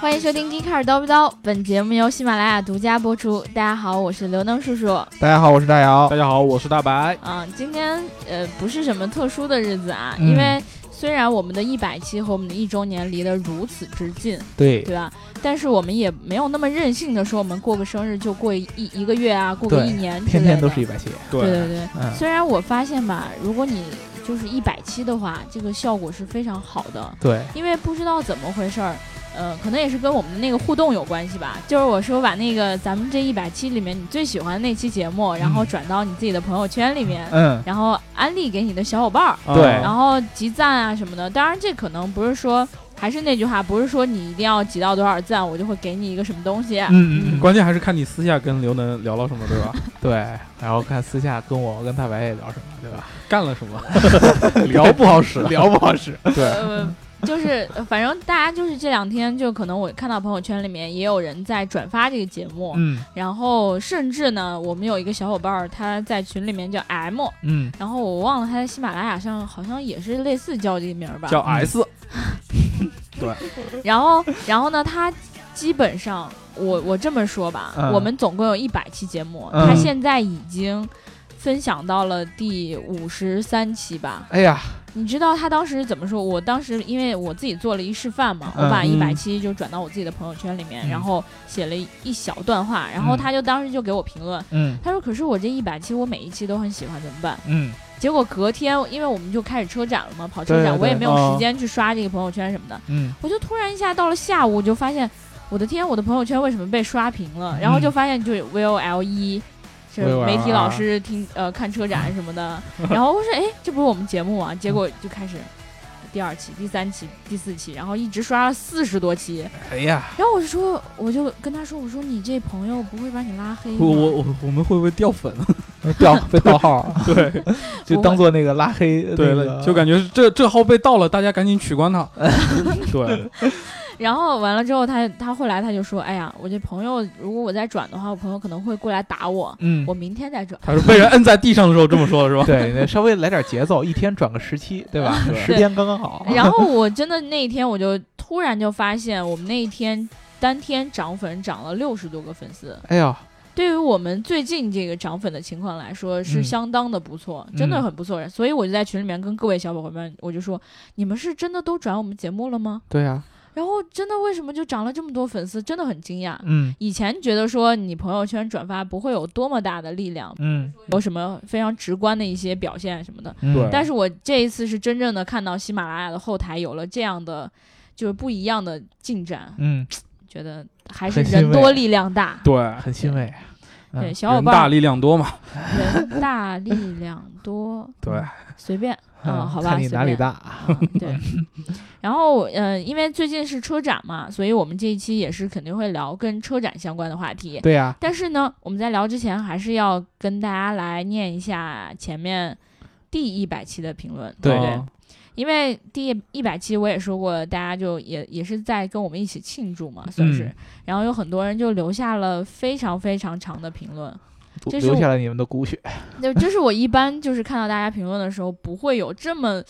欢迎收听《金卡尔叨不叨》，本节目由喜马拉雅独家播出。大家好，我是刘能叔叔。大家好，我是大姚大。家好，我是大白。嗯，今天呃不是什么特殊的日子啊，嗯因为虽然我们的一百期和我们的一周年离得如此之近，对对吧？但是我们也没有那么任性的说我们过个生日就过一一个月啊，过个对一年之类的，天天都是一百期。对对对对。嗯，虽然我发现吧，如果你就是一百期的话，这个效果是非常好的，对，因为不知道怎么回事儿，呃，可能也是跟我们的那个互动有关系吧。就是我说把那个咱们这一百期里面你最喜欢的那期节目，然后嗯转到你自己的朋友圈里面，嗯，哦然后安利给你的小伙伴儿，对嗯然后集赞啊什么的。当然，这可能不是说，还是那句话，不是说你一定要集到多少赞，我就会给你一个什么东西。嗯嗯，嗯关键还是看你私下跟刘能聊了什么，对吧？ 对，然后看私下跟我跟大白也聊什么，对吧？干了什 么？ 聊不好啊使，聊不好使。对，呃，就是呃反正大家就是这两天，就可能我看到朋友圈里面也有人在转发这个节目， 嗯然后甚至呢，我们有一个小伙伴儿，他在群里面叫 M，嗯，然后我忘了他在喜马拉雅上好像也是类似叫这个名儿吧，叫 S，嗯然后，然后呢，他基本上，我我这么说吧，嗯我们总共有一百期节目，嗯他现在已经分享到了第五十三期吧。哎呀，你知道他当时怎么说？我当时因为我自己做了一示范嘛，嗯我把一百期就转到我自己的朋友圈里面，嗯然后写了一小段话，然后他就当时就给我评论。嗯他说：“可是我这一百期，我每一期都很喜欢，怎么办？”嗯结果隔天，因为我们就开始车展了嘛，跑车对展，对我也没有嗯时间去刷这个朋友圈什么的。嗯，我就突然一下到了下午，我就发现，我的天，我的朋友圈为什么被刷屏了？然后就发现就是 V O L E，是 VOL 媒体老师听呃看车展什么的。然后我说，哎，这不是我们节目啊？结果就开始第二期、第三期、第四期，然后一直刷了四十多期。哎呀，然后我就说，我就跟他说，我说你这朋友不会把你拉黑吗？我我我我们会不会掉粉？啊 掉被盗号，对 就当做那个拉黑，对那了，个就感觉是这这号被盗了，大家赶紧取关 它。对，然后完了之后他，他后来他就说，哎呀，我这朋友如果我再转的话，我朋友可能会过来打我，嗯我，明天再转。他是被人摁在地上的时候这么说的，是吧？对，那稍微来点节奏，一天转个十期， 对吧？ 对十天刚刚 好。然后我真的那一天，我就突然就发现，我们那一天单天涨粉涨了六十多个粉丝，哎呀，对于我们最近这个涨粉的情况来说，是嗯相当的不错，真的很不错。所以我就在群里面跟各位小伙伴们，我就说，你们是真的都转我们节目了吗？对呀，然后真的为什么就涨了这么多粉丝，真的很惊讶。嗯以前觉得说你朋友圈转发不会有多么大的力量，嗯，有什么非常直观的一些表现什么的，对但是我这一次是真正的看到喜马拉雅的后台有了这样的，就是不一样的进展，嗯，觉得 还是很欣人慰多力量大，对，很欣慰。嗯对小伙人伴大儿力量多嘛。人大力量多，对，随便 啊、好吧，嗯看你随哪里便。大。嗯对， 然后呃，因为最近是车展嘛，所以我们这一期也是肯定会聊跟车展相关的话题。对呀，但是呢，我们在聊之前，还是要跟大家来念一下前面第一百期的评论，对不对啊？因为第一百期我也说过，大家就也也是在跟我们一起庆祝嘛，算是。嗯然后有很多人就留下了非常非常长的评论，这是留我下了你们的骨血。就这是我一般就是看到大家评论的时候，不会有这么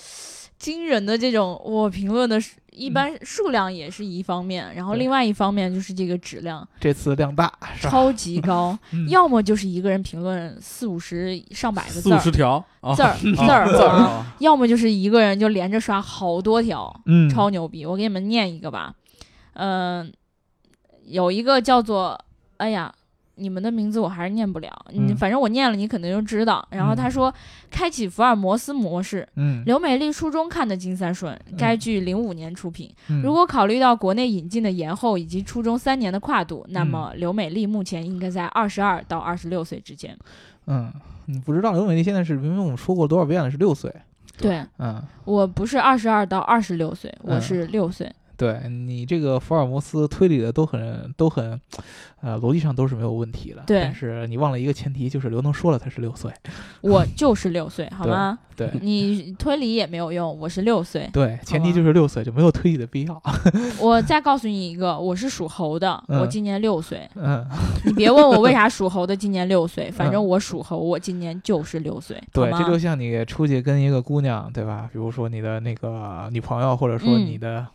惊人的这种我评论的数，一般数量也是一方面，然后嗯对另外一方面就是这个质量这次量大是吧？超 级高，嗯要么就是一个人评论四五十上百个四字五儿十条啊字儿哦字 儿字啊儿，要么就是一个人就连着刷好多条，嗯超牛逼！我给你们念一个吧，嗯、有一个叫做，哎呀，你们的名字我还是念不了，你嗯反正我念了，你肯定就知道。然后他嗯说，开启福尔摩斯模式，嗯，刘美丽初中看的《金三顺》，该剧零五年出品。嗯如果考虑到国内引进的延后以及初中三年的跨度，那嗯么刘美丽目前应该在二十二到二十六岁之间。嗯，你不知道刘美丽现在是明明我们说过多少遍了，是六岁。对嗯，我不是二十二到二十六岁，我嗯是六岁。对你这个福尔摩斯推理的都很都很，呃，逻辑上都是没有问题的。对但是你忘了一个前提，就是刘能说了他是六 岁。我就是六岁，好吗？对你推理也没有用，我是六岁。对，前提就是六岁，就没有推理的必要。我再告诉你一个，我是属猴的，嗯我今年六岁。 嗯，你别问我为啥属猴的今年六岁，反正嗯我属猴，我今年就是六岁，对，好这就吗？像你出去跟一个姑娘，对吧？比如说你的那个女朋友，或者说嗯你的。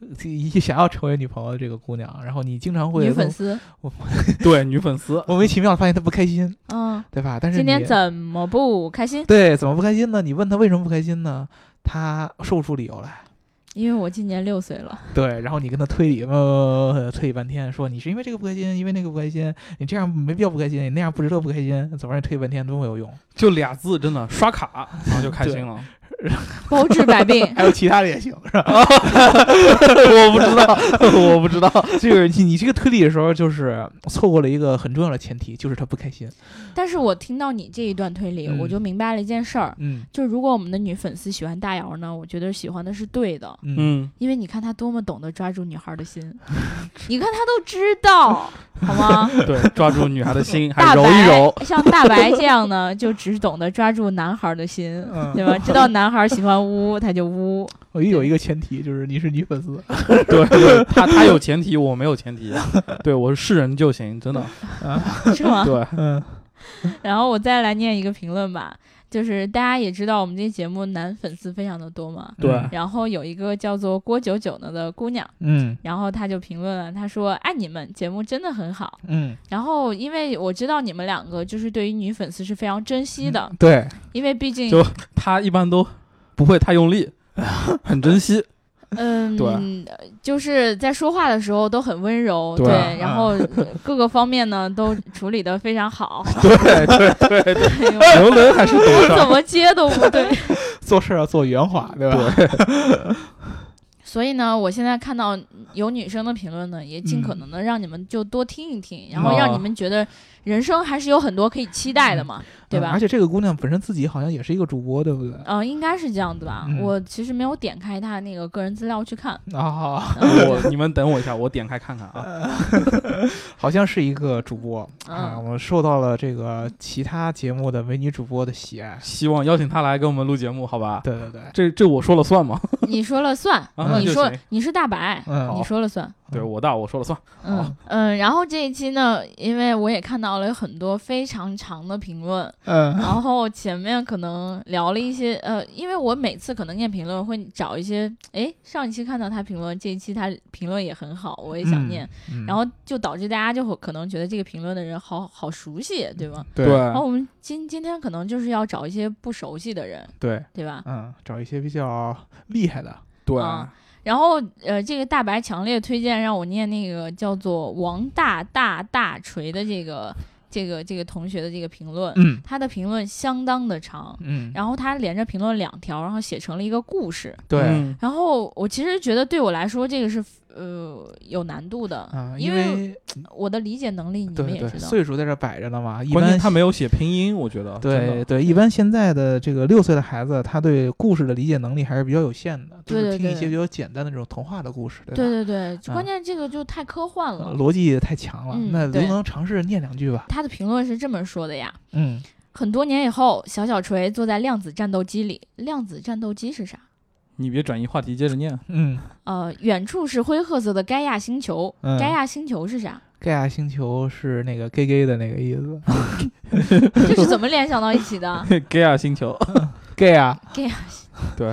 你想要成为女朋友的这个姑娘，然后你经常会女粉丝， 对女粉丝，莫名其妙地发现她不开心，嗯，对吧？但是今你天怎么不开心？ 对怎么不开心呢？你问她为什么不开心呢？她说不出理由来。因为我今年六岁了，对，然后你跟他推理，呃，推理半天，说你是因为这个不开心，因为那个不开心，你这样没必要不开心，你那样不值得不开心，怎么着推理半天都没有用。就俩字，真的 刷卡，然后就开心了。包治百病。还有其他的也行，是吧？ 我不知道， 我不知道。这个你你这个推理的时候，就是错过了一个很重要的前提，就是他不开心。但是我听到你这一段推理，嗯我就明白了一件事儿，嗯就如果我们的女粉丝喜欢大姚呢，我觉得喜欢的是对的，嗯，嗯，因为你看他多么懂得抓住女孩的心， 你看他都知道，好吗？嗯对，抓住女孩 的心，还大揉白一揉。像大白这样呢， 就只懂得抓住男孩的心，嗯对吧？知道男孩喜欢污，他就 污。我也有一个前提，就是你是女粉丝。对，对他他有前提，我没有前 提。对我是人就行，真的。是吗？对，嗯然后我再来念一个评论吧，就是大家也知道我们这节目男粉丝非常的多嘛，对然后有一个叫做郭九九呢的姑娘，嗯然后她就评论了，她说爱你们节目真的很好。嗯，然后因为我知道你们两个就是对于女粉丝是非常珍惜嗯的，对，因为毕竟就他一般都不会太用 力，很珍惜。嗯，就是在说话的时候都很温柔，对嗯然后各个方面呢都处理得非常好。 对对对对，哎呦刘伦还是懂我事怎儿。么接都不对，做事要做圆滑，对吧？所以呢，我现在看到有女生的评论呢，也尽可能的让你们就多听一听，然后让你们觉得人生还是有很多可以期待的嘛，对吧嗯而？且这个姑娘本身自己好像也是一个主播，对不对？嗯、应该是这样子吧。嗯我其实没有点开她那个个人资料去看，呃啊，我你们等我一下，我点开看看 啊。嗯好像是一个主播啊，嗯我受到了这个其他节目的美女主播的喜爱。希望邀请他来给我们录节目，好吧？对对对，这这我说了算吗？你说了算，啊那你就说行你是大白，嗯你说了算。对我大，我说了算。嗯嗯，然后这一期呢，因为我也看到了有很多非常长的 评论，嗯然后前面可能聊了一些呃，因为我每次可能念评论会找一些，诶，上一期看到他评论，这一期他评论也很好，我也想念，嗯然后就导致大家就会可能觉得这个评论的人好好熟悉，对吗？对哦然后我们今今天可能就是要找一些不熟悉的人，对对吧？嗯，找一些比较厉害的，对啊然后呃，这个大白强烈推荐让我念那个叫做王大大大锤的这个这个这个同学的这个评论，嗯他的评论相当的长，嗯，然后他连着评论两条，然后写成了一个故事。对，嗯然后我其实觉得对我来说这个是呃有难度的，啊，因为我的理解能力你们对也对知道。岁数在这摆着呢嘛，一关键般他没有写拼音，我觉得对对，一般现在的这个六岁的孩子，他对故事的理解能力还是比较有限的，就对是对听一对些比较简单的这种童话的故事，对吧？对对对，啊关键这个就太科幻呃了。逻辑也太强了，嗯那对刘能尝试念两句吧。他的评论是这么说的呀。嗯，很多年以后，小小锤坐在量子战斗机里。量子战斗机是啥？你别转移话题，接着念。嗯，呃，远处是灰褐色的盖亚星球。嗯盖亚星球是啥？盖亚星球是那个 gay gay 的那个意思这是怎么联想到一起 的？ gay 啊，星球。 ，gay 啊，盖亚对，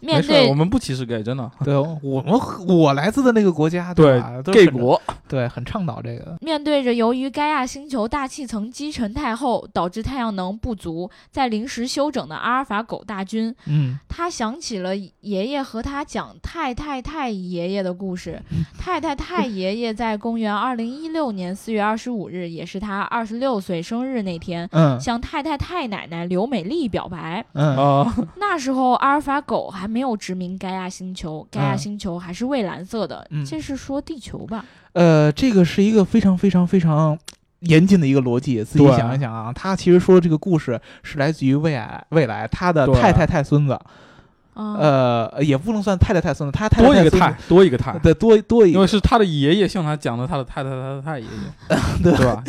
没面事，我对们不歧视 gay，真的。 对我们我来自的那个国家， 对吧都是，gay 很国。对，很倡导这个。面对着由于盖亚星球大气层积尘太厚，导致太阳能不足，在临时休整的阿尔法狗大军，嗯，他想起了爷爷和他讲太太太爷爷的故 事。太太太爷爷在公元二零一六年四月二十五日，也是他二十六岁生日那天，嗯向太太太奶奶刘美丽表白。嗯啊，那时候阿尔法狗还没有殖民盖亚星球，盖亚嗯星球还是蔚蓝色的。嗯这是说地球吧？呃，这个是一个非常非常非常严谨的一个逻辑，自己对想一想啊。他其实说的这个故事是来自于未来，未来他的对太太太孙子，嗯呃，也不能算太太太孙子，他太太多一个孙太子，多一个太，对，多多一因为个，是他的爷爷向他讲的他的太太他的太爷爷，对吧？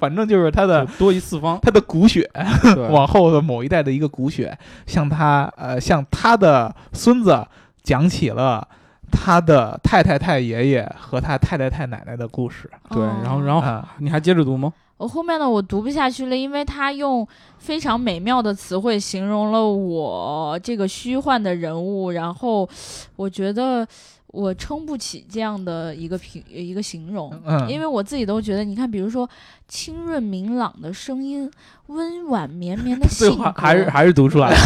反正就是他就的就多一 次方，他的骨血，对往后的某一代的一个骨血，向他呃向他的孙子讲起了他的太太太爷爷和他太太太奶奶的故事。对，然后然啊、后你还接着读吗？哦我后面呢，我读不下去了，因为他用非常美妙的词汇形容了我这个虚幻的人物，然后我觉得我撑不起这样的一个评一个形容。嗯，因为我自己都觉得，你看，比如说清润明朗的声音，温婉绵绵 的最性后格，还是还是读出来了，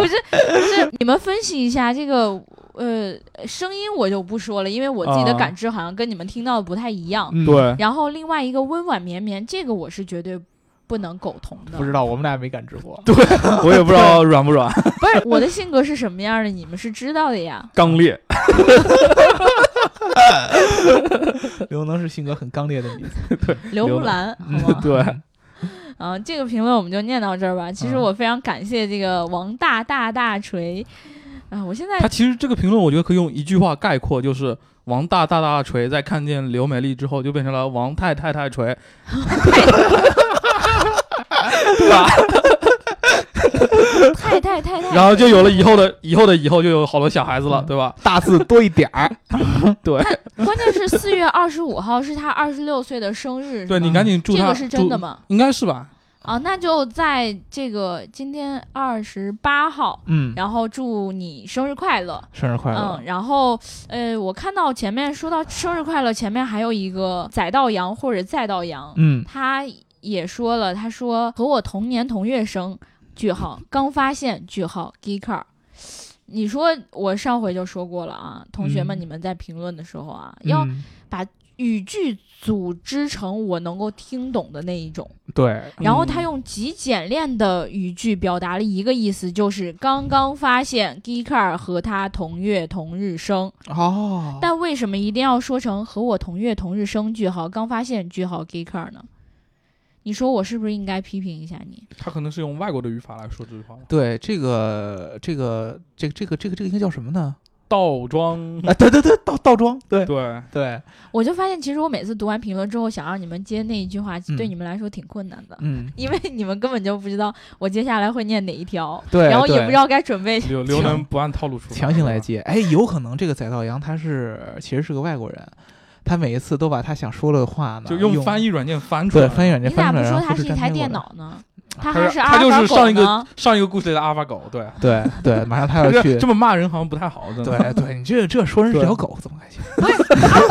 不是不是，你们分析一下这个呃声音，我就不说了，因为我自己的啊感知好像跟你们听到的不太一样。嗯，对，然后另外一个温婉绵绵，这个我是绝对不能苟同的。不知道我们俩没感知 过。我也不知道软不软，不是我的性格是什么样的，你们是知道的 呀。刚烈，刘能是性格很刚烈的女子，刘刘胡兰，嗯好吗？对， 啊，这个评论我们就念到这儿吧。其实嗯我非常感谢这个王大大大锤。啊，我 现在他其实这个评论，我觉得可以用一句话概括，就是王大大大锤在看见刘美丽之后，就变成了王太太太锤， 对吧？太太太太，然后就有了以后的以后的以后，就有好多小孩子了，嗯对吧？大字多一点儿。关键是四月二十五号是他二十六岁的生日，对嗯你赶紧祝这他，个是真的祝？吗？应该是吧？啊，那就在这个今天二十八号， 嗯，然后祝你生日快乐。生日快乐嗯，！然后，呃，我看到前面说到生日快乐，前面还有一个载道阳或者载道阳，嗯他也说了，他说和我同年同月生，句号刚发现，句号 geeker。你说我上回就说过了啊，同学们，嗯你们在评论的时候啊，嗯，要语句组织成我能够听懂的那一种。对，然后他嗯用极简练的语句表达了一个意思，就是刚刚发现 Geeker 和他同月同日生，哦，但为什么一定要说成和我同月同日生句号刚发现句号 Geeker 呢？你说我是不是应该批评一下你？他可能是用外国的语法来说这句话，对这个这个这个这个这个这个应该叫什么呢？倒装，啊，对对对，倒倒装，对对，对，我就发现，其实我每次读完评论之后，想让你们接那一句话，嗯对你们来说挺困难的，嗯，因为你们根本就不知道我接下来会念哪一条，对，然后也对不知道该准备。刘刘能不按套路出牌，强行来对吧，接。哎，有可能这个载道阳他是其实是个外国人，他每一次都把他想说的话呢，就用用翻译软件翻出来对。翻译软你件咋翻出不来，说然后它复是制一粘台贴电过来。啊脑呢？它他还是阿他尔就法是狗上一个呢？上一个故事里的阿尔法狗，对，对 对，马上他要这去 这。么骂人好像不太好，真的。对对，你这这说人是对条狗怎么还行？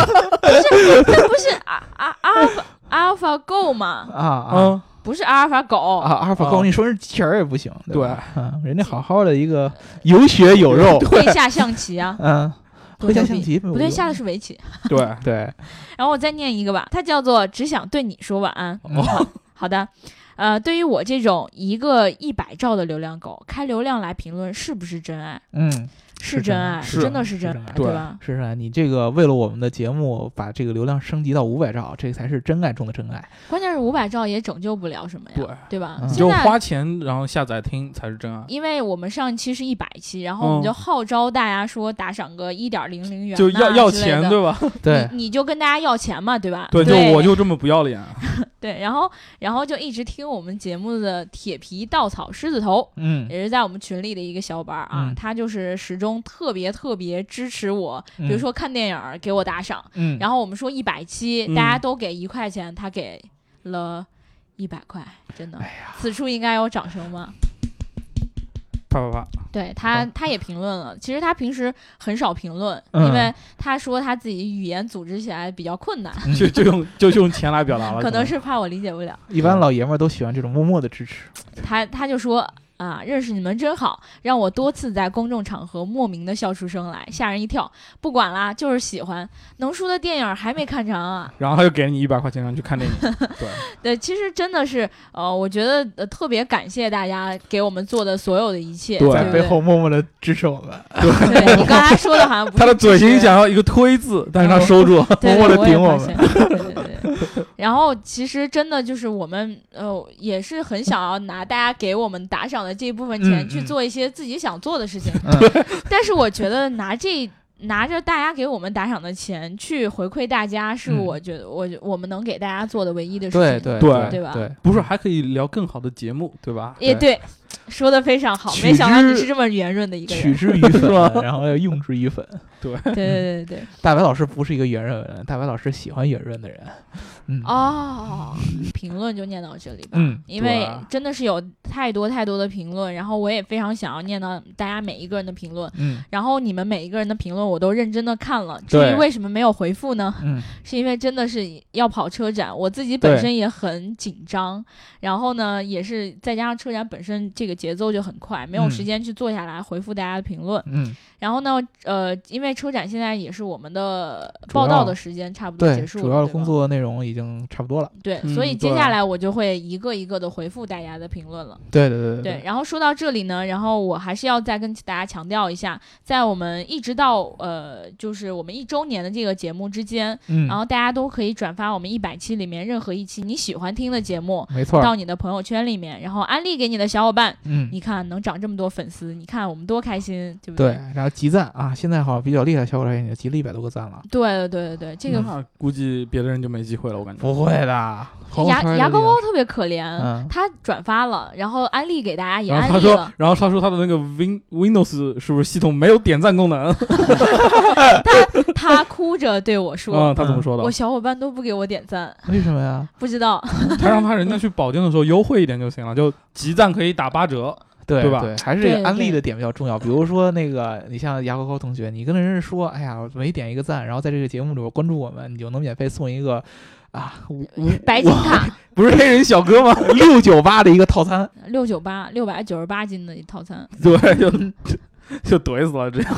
这不是阿阿阿尔法阿尔法狗吗？啊啊嗯，不是阿尔法狗，啊！阿尔法狗，啊你说人机器人也不行，吧？嗯，人家好好的一个有血有肉，？会下象棋啊嗯，多会下牛逼象棋不不对，下的是围棋。 对，对，然后我再念一个吧，它叫做“只想对你说晚安”哦好。好的，呃，对于我这种一个一百兆的流量狗，开流量来评论是不是真爱？嗯，是真真爱，是真的是是真真爱，爱对对吧？是啊，你这个为了我们的节目把这个流量升级到五百兆，这才是真爱中的真爱。关键是五百兆也拯救不了什么呀，对对吧？嗯你现就在花钱然后下载听才是真爱，因为我们上一期是一百期，然后我们嗯就号召大家说打赏个一点零零元呐，啊就要要钱对对吧？对，你你就跟大家要钱嘛，对吧？对，对，就我就这么不要脸，对，然后然后就一直听我们节目的铁皮稻草狮子头，嗯，也是在我们群里的一个小伙伴儿啊，嗯他就是始终特别特别支持我，比比如，说看电影儿给我打赏，嗯，然后我们说一百期，嗯大家都给一块钱，他给了一百块，真的，哎此处应该有掌声吗？哦 啪啪啪， 对他，好他也评论了。其实他平时很少评论，嗯因为他说他自己语言组织起来比较困难，嗯就就用就用钱来表达了，可能是怕我理解不了。一嗯般老爷们儿都喜欢这种默默的支持。他他就说啊，认识你们真好，让我多次在公众场合莫名的笑出声来，吓人一跳。不管啦，就是喜欢。能叔的电影还没看成啊？然后他就给你一百块钱让你去看电影，对，对，其实真的是呃，我觉得、呃、特别感谢大家给我们做的所有的一切，对对在不对背后默默的支持我们，对你刚才说的好像不是哦他的嘴支持型想要一个推字，但是他收住了，对默默地对我也顶我发们现对对对对然后其实真的就是我们呃也是很想要拿大家给我们打赏的这一部分钱嗯去嗯做一些自己想做的事情，嗯 但是我觉得拿这。拿着大家给我们打赏的钱去回馈大家，是嗯我觉得我我们能给大家做的唯一的事对情。对对 对对吧对，不是还可以聊更好的节目，对吧？也对，说的非常好，取没想到你之是这么圆润的一个取人。之于粉 是吧，然后要用之于粉。对对对对，大白老师不是一个圆润的人，大白老师喜欢圆润的人。嗯，哦，评论就念到这里吧。嗯因对为啊真的是有太多太多的评论，然后我也非常想要念到大家每一个人的评论，嗯然后你们每一个人的评论我都认真的看了。至对于为什么没有回复呢？嗯，是因为真的是要跑车展，我自己本对身也很紧张，然后呢，也是再加上车展本身这个节奏就很快，没有嗯时间去坐下来回复大家的评论。嗯，然后呢，呃，因为车展现在也是我们的主要报道的时间差不多对，结束了，主要的对工吧作内啊容已经差不多了。对，嗯所以接对下来我就会一个一个的回复大家的评论了。对对对对，，然后说到这里呢，然后我还是要再跟大家强调一下，在我们一直到呃，就是我们一周年的这个节目之间，嗯然，后大家都可以转发我们一百期里面任何一期你喜欢听的节目没错儿，到你的朋友圈里面，然后安利给你的小伙伴。嗯，你看能长这么多粉丝，你看我们多开心，对不对对，然后集赞啊，现在好像比较厉害的小伙伴已经集了一百多个赞了。对对对对对，这个那估计别的人就没机会了，我感觉。不会的，朋友牙圈儿牙的膏力量膏特别可怜，嗯他转发了，然后安利给大家也然后安他利了说，，然后他说他的那个 Win Windows 是不是系统没有点赞功能？他哭着对我 说：“嗯，他怎么说我的？小伙伴都不给我点赞，为什么呀？不知道。他让他人家去保健的时候优惠一点就行了，就集赞可以打八折。对对吧还是对这个安利对的点比较重要。比如说那个，你像牙膏膏同学，你跟人家说，哎呀，我每点一个赞，然后在这个节目里边关注我们，你就能免费送一个啊，五五呃白金卡不是黑人小哥 吗？六九八的一个套餐。六九八六百九十八斤的一套餐对， 就就怼死了，这样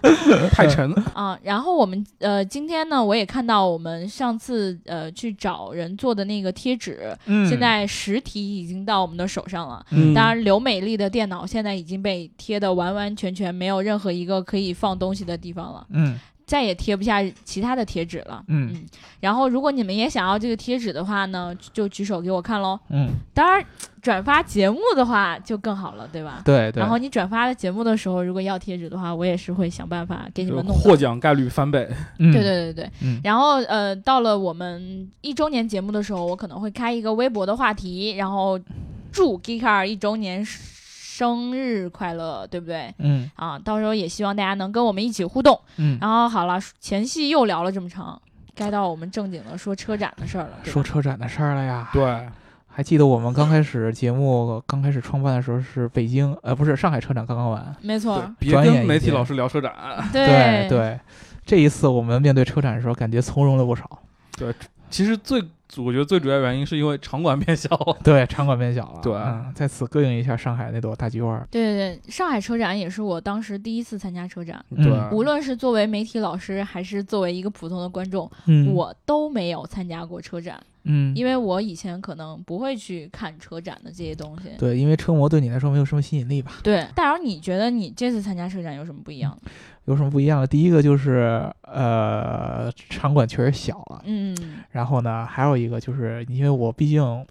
太沉。啊。然后我们呃，今天呢，我也看到我们上次呃去找人做的那个贴纸，嗯现在实体已经到我们的手上了。嗯当然，刘美丽的电脑现在已经被贴的完完全全没有任何一个可以放东西的地方了，嗯再也贴不下其他的贴纸了。嗯然后，如果你们也想要这个贴纸的话呢，就举手给我看喽。嗯，当然，转发节目的话就更好了，对吧？对对然。后你转发的节目的时候，如果要贴纸的话，我也是会想办法给你就们弄到。获奖概率翻倍。嗯对，对对对。嗯然后呃，到了我们一周年节目的时候，我可能会开一个微博的话题，然后祝 Geekar 一周年生日快乐，对不对？嗯啊，到时候也希望大家能跟我们一起互动。嗯，然后好了，前戏又聊了这么长，该到我们正经的说车展的事儿了，对吧说车展的事儿了呀。对，还记得我们刚开始节目刚开始创办的时候是北京，呃，不是上海车展刚刚完。没错，别专业跟一媒体些老师聊车展。对对，这一次我们面对车展的时候，感觉从容了不少。其实最我觉得最主要原因是因为场馆变小了。 对，场馆变小了。对嗯，在此膈应一下上海那朵大菊花。对对对，上海车展也是我当时第一次参加车展，嗯啊无论是作为媒体老师，还是作为一个普通的观众，嗯，我都没有参加过车展，嗯，因为我以前可能不会去看车展的这些东西。对，因为车模对你来说没有什么吸引力吧？对，大姚，你觉得你这次参加车展有什么不一样的？有什么不一样的？第一个就是呃，场馆确实小了。嗯，然后呢，还有一个就是因为我毕竟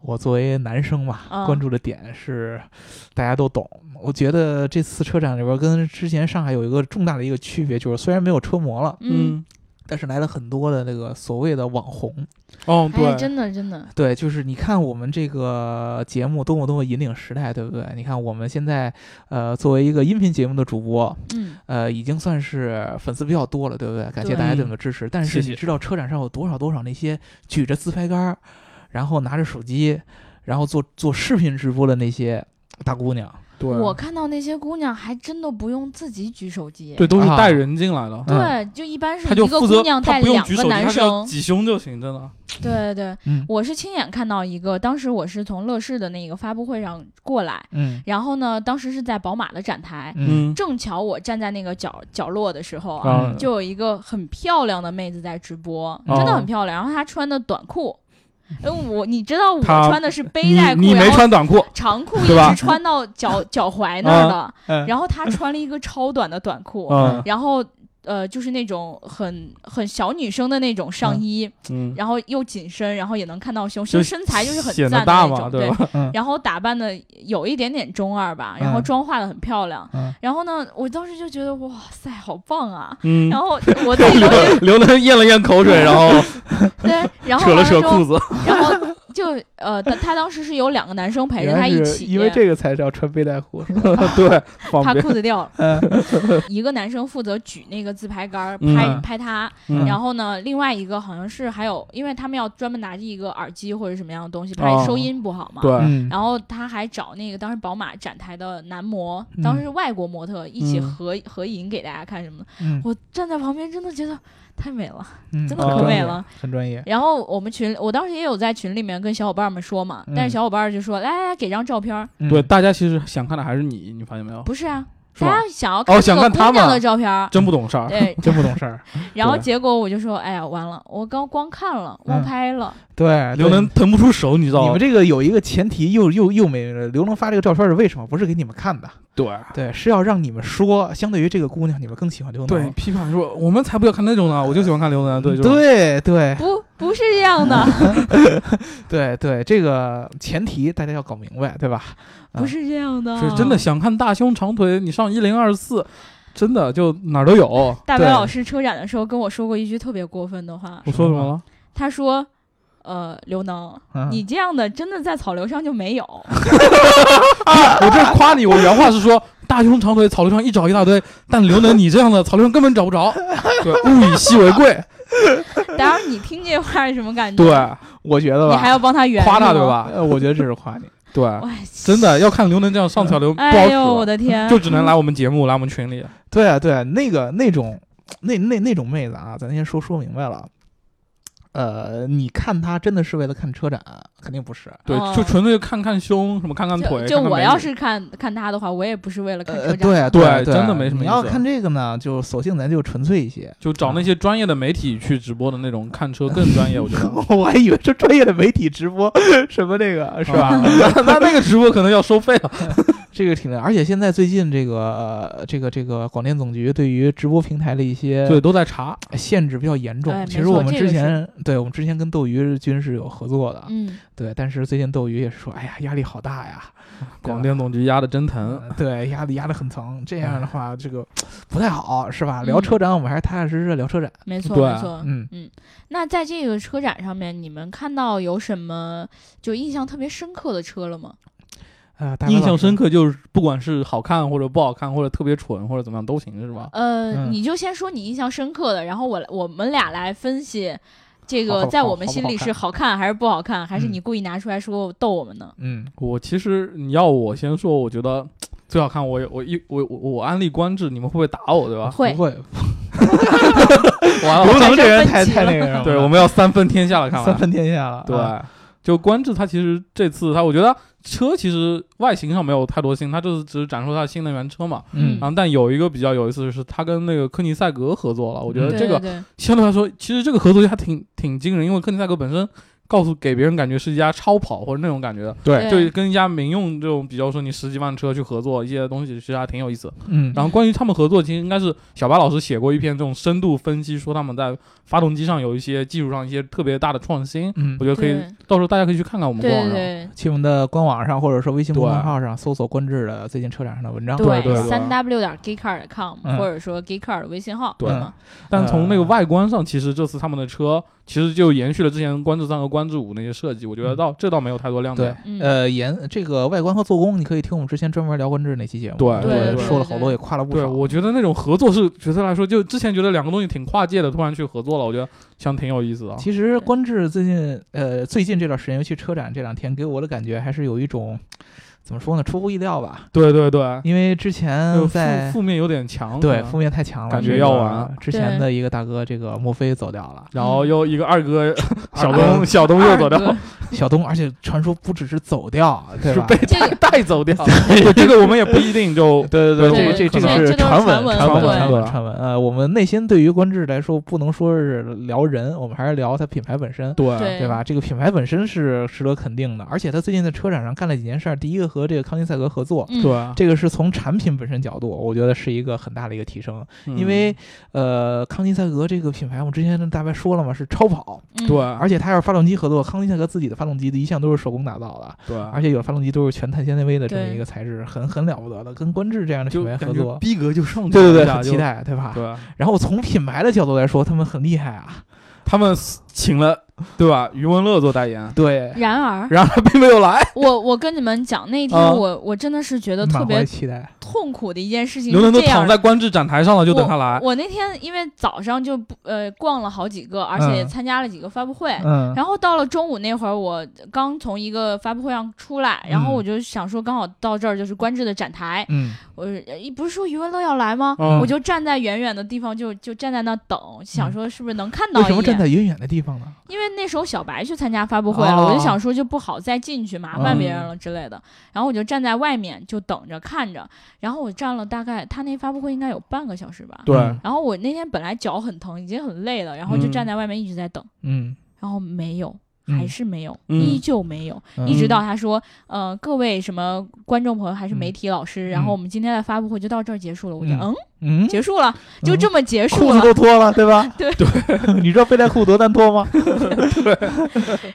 我作为男生嘛，嗯关注的点是大家都懂。我觉得这次车展里边跟之前上海有一个重大的一个区别，就是虽然没有车模了，嗯，但是来了很多的那个所谓的网红。哦，哎，对，真的真的，对，就是你看我们这个节目多么多么引领时代，对不对？你看我们现在，呃，作为一个音频节目的主播，嗯，呃，已经算是粉丝比较多了，对不对？感谢大家对我们的支持。但是谢你谢知道车展上有多少多少那些举着自拍杆儿，然后拿着手机，然后做做视频直播的那些大姑娘，对，我看到那些姑娘还真的不用自己举手机，对都是啊带人进来的。对嗯就一般是他一就个负姑责，娘他带不用两举个手机，男他只要生，挤胸就行，真的。对对对，嗯我是亲眼看到一个，当时我是从乐视的那个发布会上过来，嗯然后呢，当时是在宝马的展台，嗯，正巧我站在那个角角落的时候啊，啊，就有一个很漂亮的妹子在直播，哦真的很漂亮。然后她穿的短裤，呃，我你知道我她穿的是背你带裤，你没然后穿短裤，长裤一对吧啊直穿 到脚脚踝那儿的，嗯然后她穿了一个超短的短裤，嗯然后呃，就是那种很很小女生的那种上衣，嗯，然后又紧身，然后也能看到胸，身就身材就是很显赞的得大那嘛，种，对。吧？嗯然后打扮的有一点点中二吧，然后嗯妆化的很漂亮，嗯然后呢，我当时就觉得哇塞，好棒啊！嗯然， 后我自己都刘刘能咽了咽口水，然后对，然后扯了完扯之后裤子， 然后就呃，他他当时是有两个男生陪着原他来一是起，因为这个才是要穿背带裤，是吧对，方他便。 裤子掉了，嗯一个男生负责举那个自拍杆儿嗯拍、拍他，嗯然后呢，另外一个好像是还有，因为他们要专门拿着一个耳机或者什么样的东西，怕哦收音不好嘛。对，嗯， 然后他还找那个当时宝马展台的男模，当时是外国模特一起嗯合、合影给大家看什么的。嗯我站在旁边真的觉得太美了，嗯真的哦可很专美，业了。很专业。然后我们群，我当时也有在群里面跟小伙伴们说嘛，嗯但是小伙伴就说：“来来来，给张照片儿。嗯对，，大家其实想看的还是你，你发现没有？不是啊，是大吧？家想要哦想这看个他姑娘嘛的照片儿。真不懂事儿， 对，真不懂事儿。然后对结果我就说：“哎呀，完了，我刚光看了，忘嗯拍了。 对，刘对能腾不出手，你知你道吗们？这个有一个前提，又又又没刘能发这个照片是为什么？不是给你们看的，对。对，是要让你们说，相对于这个姑娘，你们更喜欢刘能。对，批判说我们才不要看那种呢，我就喜欢看刘嗯能，对，就是对对不，不是这样的，对对，这个前提大家要搞明白，对吧？不是这样的，嗯是真的。想看大胸长腿，你上一零二四，真的就哪儿都有。 大白对老师车展的时候跟我说过一句特别过分的话，我说什么了？他说：“呃，刘能，嗯你这样的真的在草榴上就没有。 我这是夸你，我原话是说大胸长腿草榴上一找一大堆，但刘能你这样的草榴上根本找不 着。对，物以稀为贵，当然，你听这话是什么感觉？ 对，我觉得你还吧，要帮他圆夸他是对吗？吧？呃，我觉得这是夸你。对，哎 真的要看刘能这样上草榴不好哎呦，我使的天！了，就只能来我们节目，来我们群里。对啊，对啊，那个那种那那那种妹子啊，咱先说说明白了。呃，你看她真的是为了看车展，肯定不是。对哦，就纯粹看看胸，什么看看腿。就就看看我美要女是看看他的话，我也不是为了看车呃，展。对啊对啊对啊，真的没什么你意要思看这个呢，就索性咱就纯粹一些。就找那些专业的媒体去直播的那种看车更专业，我觉得 我还以为是专业的媒体直播什么这个是吧？那那那个直播可能要收费了。啊这个挺厉害，而且现在最近这个、呃、这个这个广电总局对于直播平台的一些对，都在查。限制比较严重。哎其没实错我们这之个是前、对我们之前跟斗鱼君是有合作的，嗯，对，但是最近斗鱼也是说，哎呀，压力好大呀，广电总局压的真疼。嗯，对，压力压得很疼。这样哎的话，这个不太好，是吧？嗯聊车展，我们还是踏踏实实的聊车展。没错对没啊错。嗯，那在这个车展上面，你们看到有什么就印象特别深刻的车了吗？呃，大白印老象师深，刻就是不管是好看或者不好看，或者特别蠢或者怎么样都行，是吧？呃，嗯你就先说你印象深刻的，然后我我们俩来分析。这好个好在好我们好不心好里看是好看还是不好看，还是嗯你故意拿出来说逗我们呢？嗯我其实你要我先说，我觉得最好看我，我一我我我安利官至，你们会不会打我，对 吧？不会，会，哦完刘了，能这人分太歧太了那个什么对，了我们要三分嗯天下了，看三完。分天下了。啊，对，就官至它其实这次它，我觉得车其实外形上没有太多新，它这次只是展示它的新能源车嘛。嗯嗯然后，但有一个比较有意思的是，它跟那个科尼赛格合作了。我觉呃得对这个对对相对来说，其实这个合作还挺挺惊人，因为科尼赛格本身告诉给别人感觉是一家超跑或者那种感觉的，对就跟一家民用这种比较说你十几万车去合作一些东西，其实还挺有意思的。嗯然后关于他们合作，其实应该是小白老师写过一篇这种深度分析，说他们在发动机上有一些技术上一些特别大的创新，嗯我，觉得可以对，到时候大家可以去看看我们对官网上。对去我们的官网上或者说微信公众对号上搜索关注的最近车展上的文章。对对对三 w 点 geekcar 点 com 嗯或者说 geekcar 的微信号，对吗？但从那个外观上，其实这次他们的车其实就延续了之前观致三和观致五那些设计，我觉得到这倒没有太多亮对点。，嗯呃，颜这个外观和做工，你可以听我们之前专门聊观致那期节目，对对对说了好对多，也夸了不对，少。我觉得那种合作是角色来说，就之前觉得两个东西挺跨界的，突然去合作了，我觉得像挺有意思的。其实观致最近呃最近这段时间，尤其车展这两天，给我的感觉还是有一种怎么说呢，出乎意料吧。对对对，因为之就前负嗯在负面啊有点强，对嗯负面太强了，感觉这个要完之前的一个大哥，这个墨菲走掉了， 然后又一个二哥小二东，哥小东又走掉，小东，而且传说不只是走掉，对是吧？被这个带走掉。对这个我们也不一定就对对对对，这这这个个这是都是传传闻，闻传闻，对传闻，对传闻。呃，我们内心对于观致来说，不能说是聊人，我们还是聊它品牌本身，对对对吧？这个品牌本身是值得肯定的，而且它最近在车展上干了几件事儿，第一个和这个康尼赛格合作，嗯对，这个是从产品本身角度，我觉得是一个很大的一个提升，嗯因为呃，康尼赛格这个品牌，我之前大概说了嘛，是超跑，嗯对而且它要是发动机合作，康尼赛格自己的发动机一向都是手工打造的，对，而且有的发动机都是全碳纤维的这么对一个材质，很很了不得的，跟观致这样的就品牌合感觉作，逼格就上去对对对，了，一下很期就。待，啊对吧？对，然后从品牌的角度来说，他们很厉害 啊，他们请了对吧？余文乐做代言，对，然而，然后他并没有来。我我跟你们讲，那天啊我、我真的是觉得特满怀别期待，痛苦的一件事情刘是能都这样的。躺在观致展台上了，就等他来。我那天因为早上就不呃逛了好几个，而且嗯参加了几个发布会，嗯，然后到了中午那会儿，我刚从一个发布会上出来，然后嗯我就想说，刚好到这儿就是观致的展台，嗯，我呃不是说余文乐要来吗？嗯我就站在远远的地方就，就站在那等，想说是不是能看到嗯为一眼。什么站在远远的地方呢？因为那时候小白去参加发布会了，哦嗯我就想说就不好再进去麻烦别人了之类的。然后我就站在外面就等着看着，然后我站了大概他那发布会应该有半个小时吧。对嗯然后我那天本来脚很疼，已经很累了，然后就站在外面一直在等，嗯，然后没有。嗯还是没有，嗯依旧没有，嗯一直到他说，呃，各位什么观众朋友还是嗯媒体老师，然后我们今天的发布会就到这儿结束了。我就嗯嗯，嗯，结束了，就这么结束裤了子。都脱了，对吧？ 对 对，你知道背带裤多难脱吗？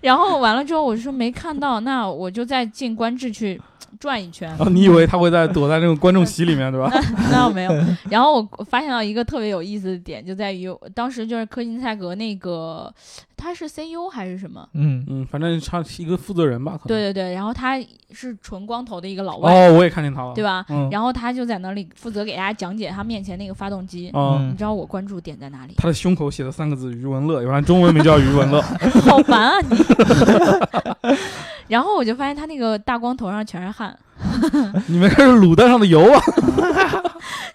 然后完了之后，我就说没看到，那我就再进观致去转一圈 然。哦后你以为他会在躲在那种观众席里面，对吧？那倒没有。然后我发现到一个特别有意思的点，就在于当时就是科金赛格那个他是 CEO 还是什么？ 嗯，嗯，反正他是一个负责人吧，可能。对对对，然后他是纯光头的一个老外，哦，我也看见他了，对吧？吧？嗯，然后他就在那里负责给大家讲解他面前那个发动机。嗯，你知道我关注点在哪里？ 他的胸口写的三个字“余文乐”，原来中文名叫余文 乐。好烦啊你！ 然后我就发现他那个大光头上全是汗，你们开始卤蛋上的油 啊？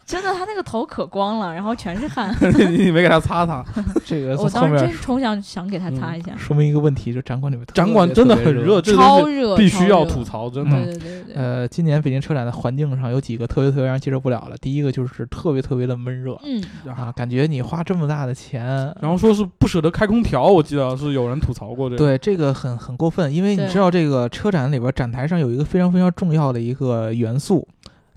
真的，他那个头可光了，然后全是汗。 你你没给他擦擦？ 这哎个我从后当时真面冲想想给他擦一下，说明一个问题，就展馆里面特别展馆真的很热，热。嗯这个东超西热，必须要超热吐。槽，嗯哎真对的。对对对对，呃，今年北京车展的环境上有几个特别特别让人接受不了的，第一个就是特别特别的闷热嗯，啊，感觉你花这么大的钱，然后说是不舍得开空调，我记得是有人吐槽过这个。对这个很很过分，因为你对知道这个车展里边展台上有一个非常非常重要的一个元素，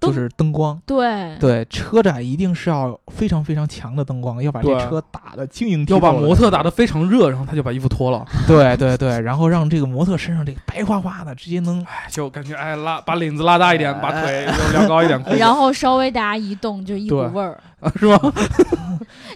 就灯哎是灯光。对对，车展一定是要非常非常强的灯光，要把这对啊车打得晶莹剔透要的那把种，模特打得非常热，然后他就把衣服脱 了，对对对，然后让这个模特身上这个白花花的，直接能哎，就感觉哎拉把领子拉大一点，把哎腿又撩高一点，裤 子然后稍微大家一动就一股对味儿。 是吗？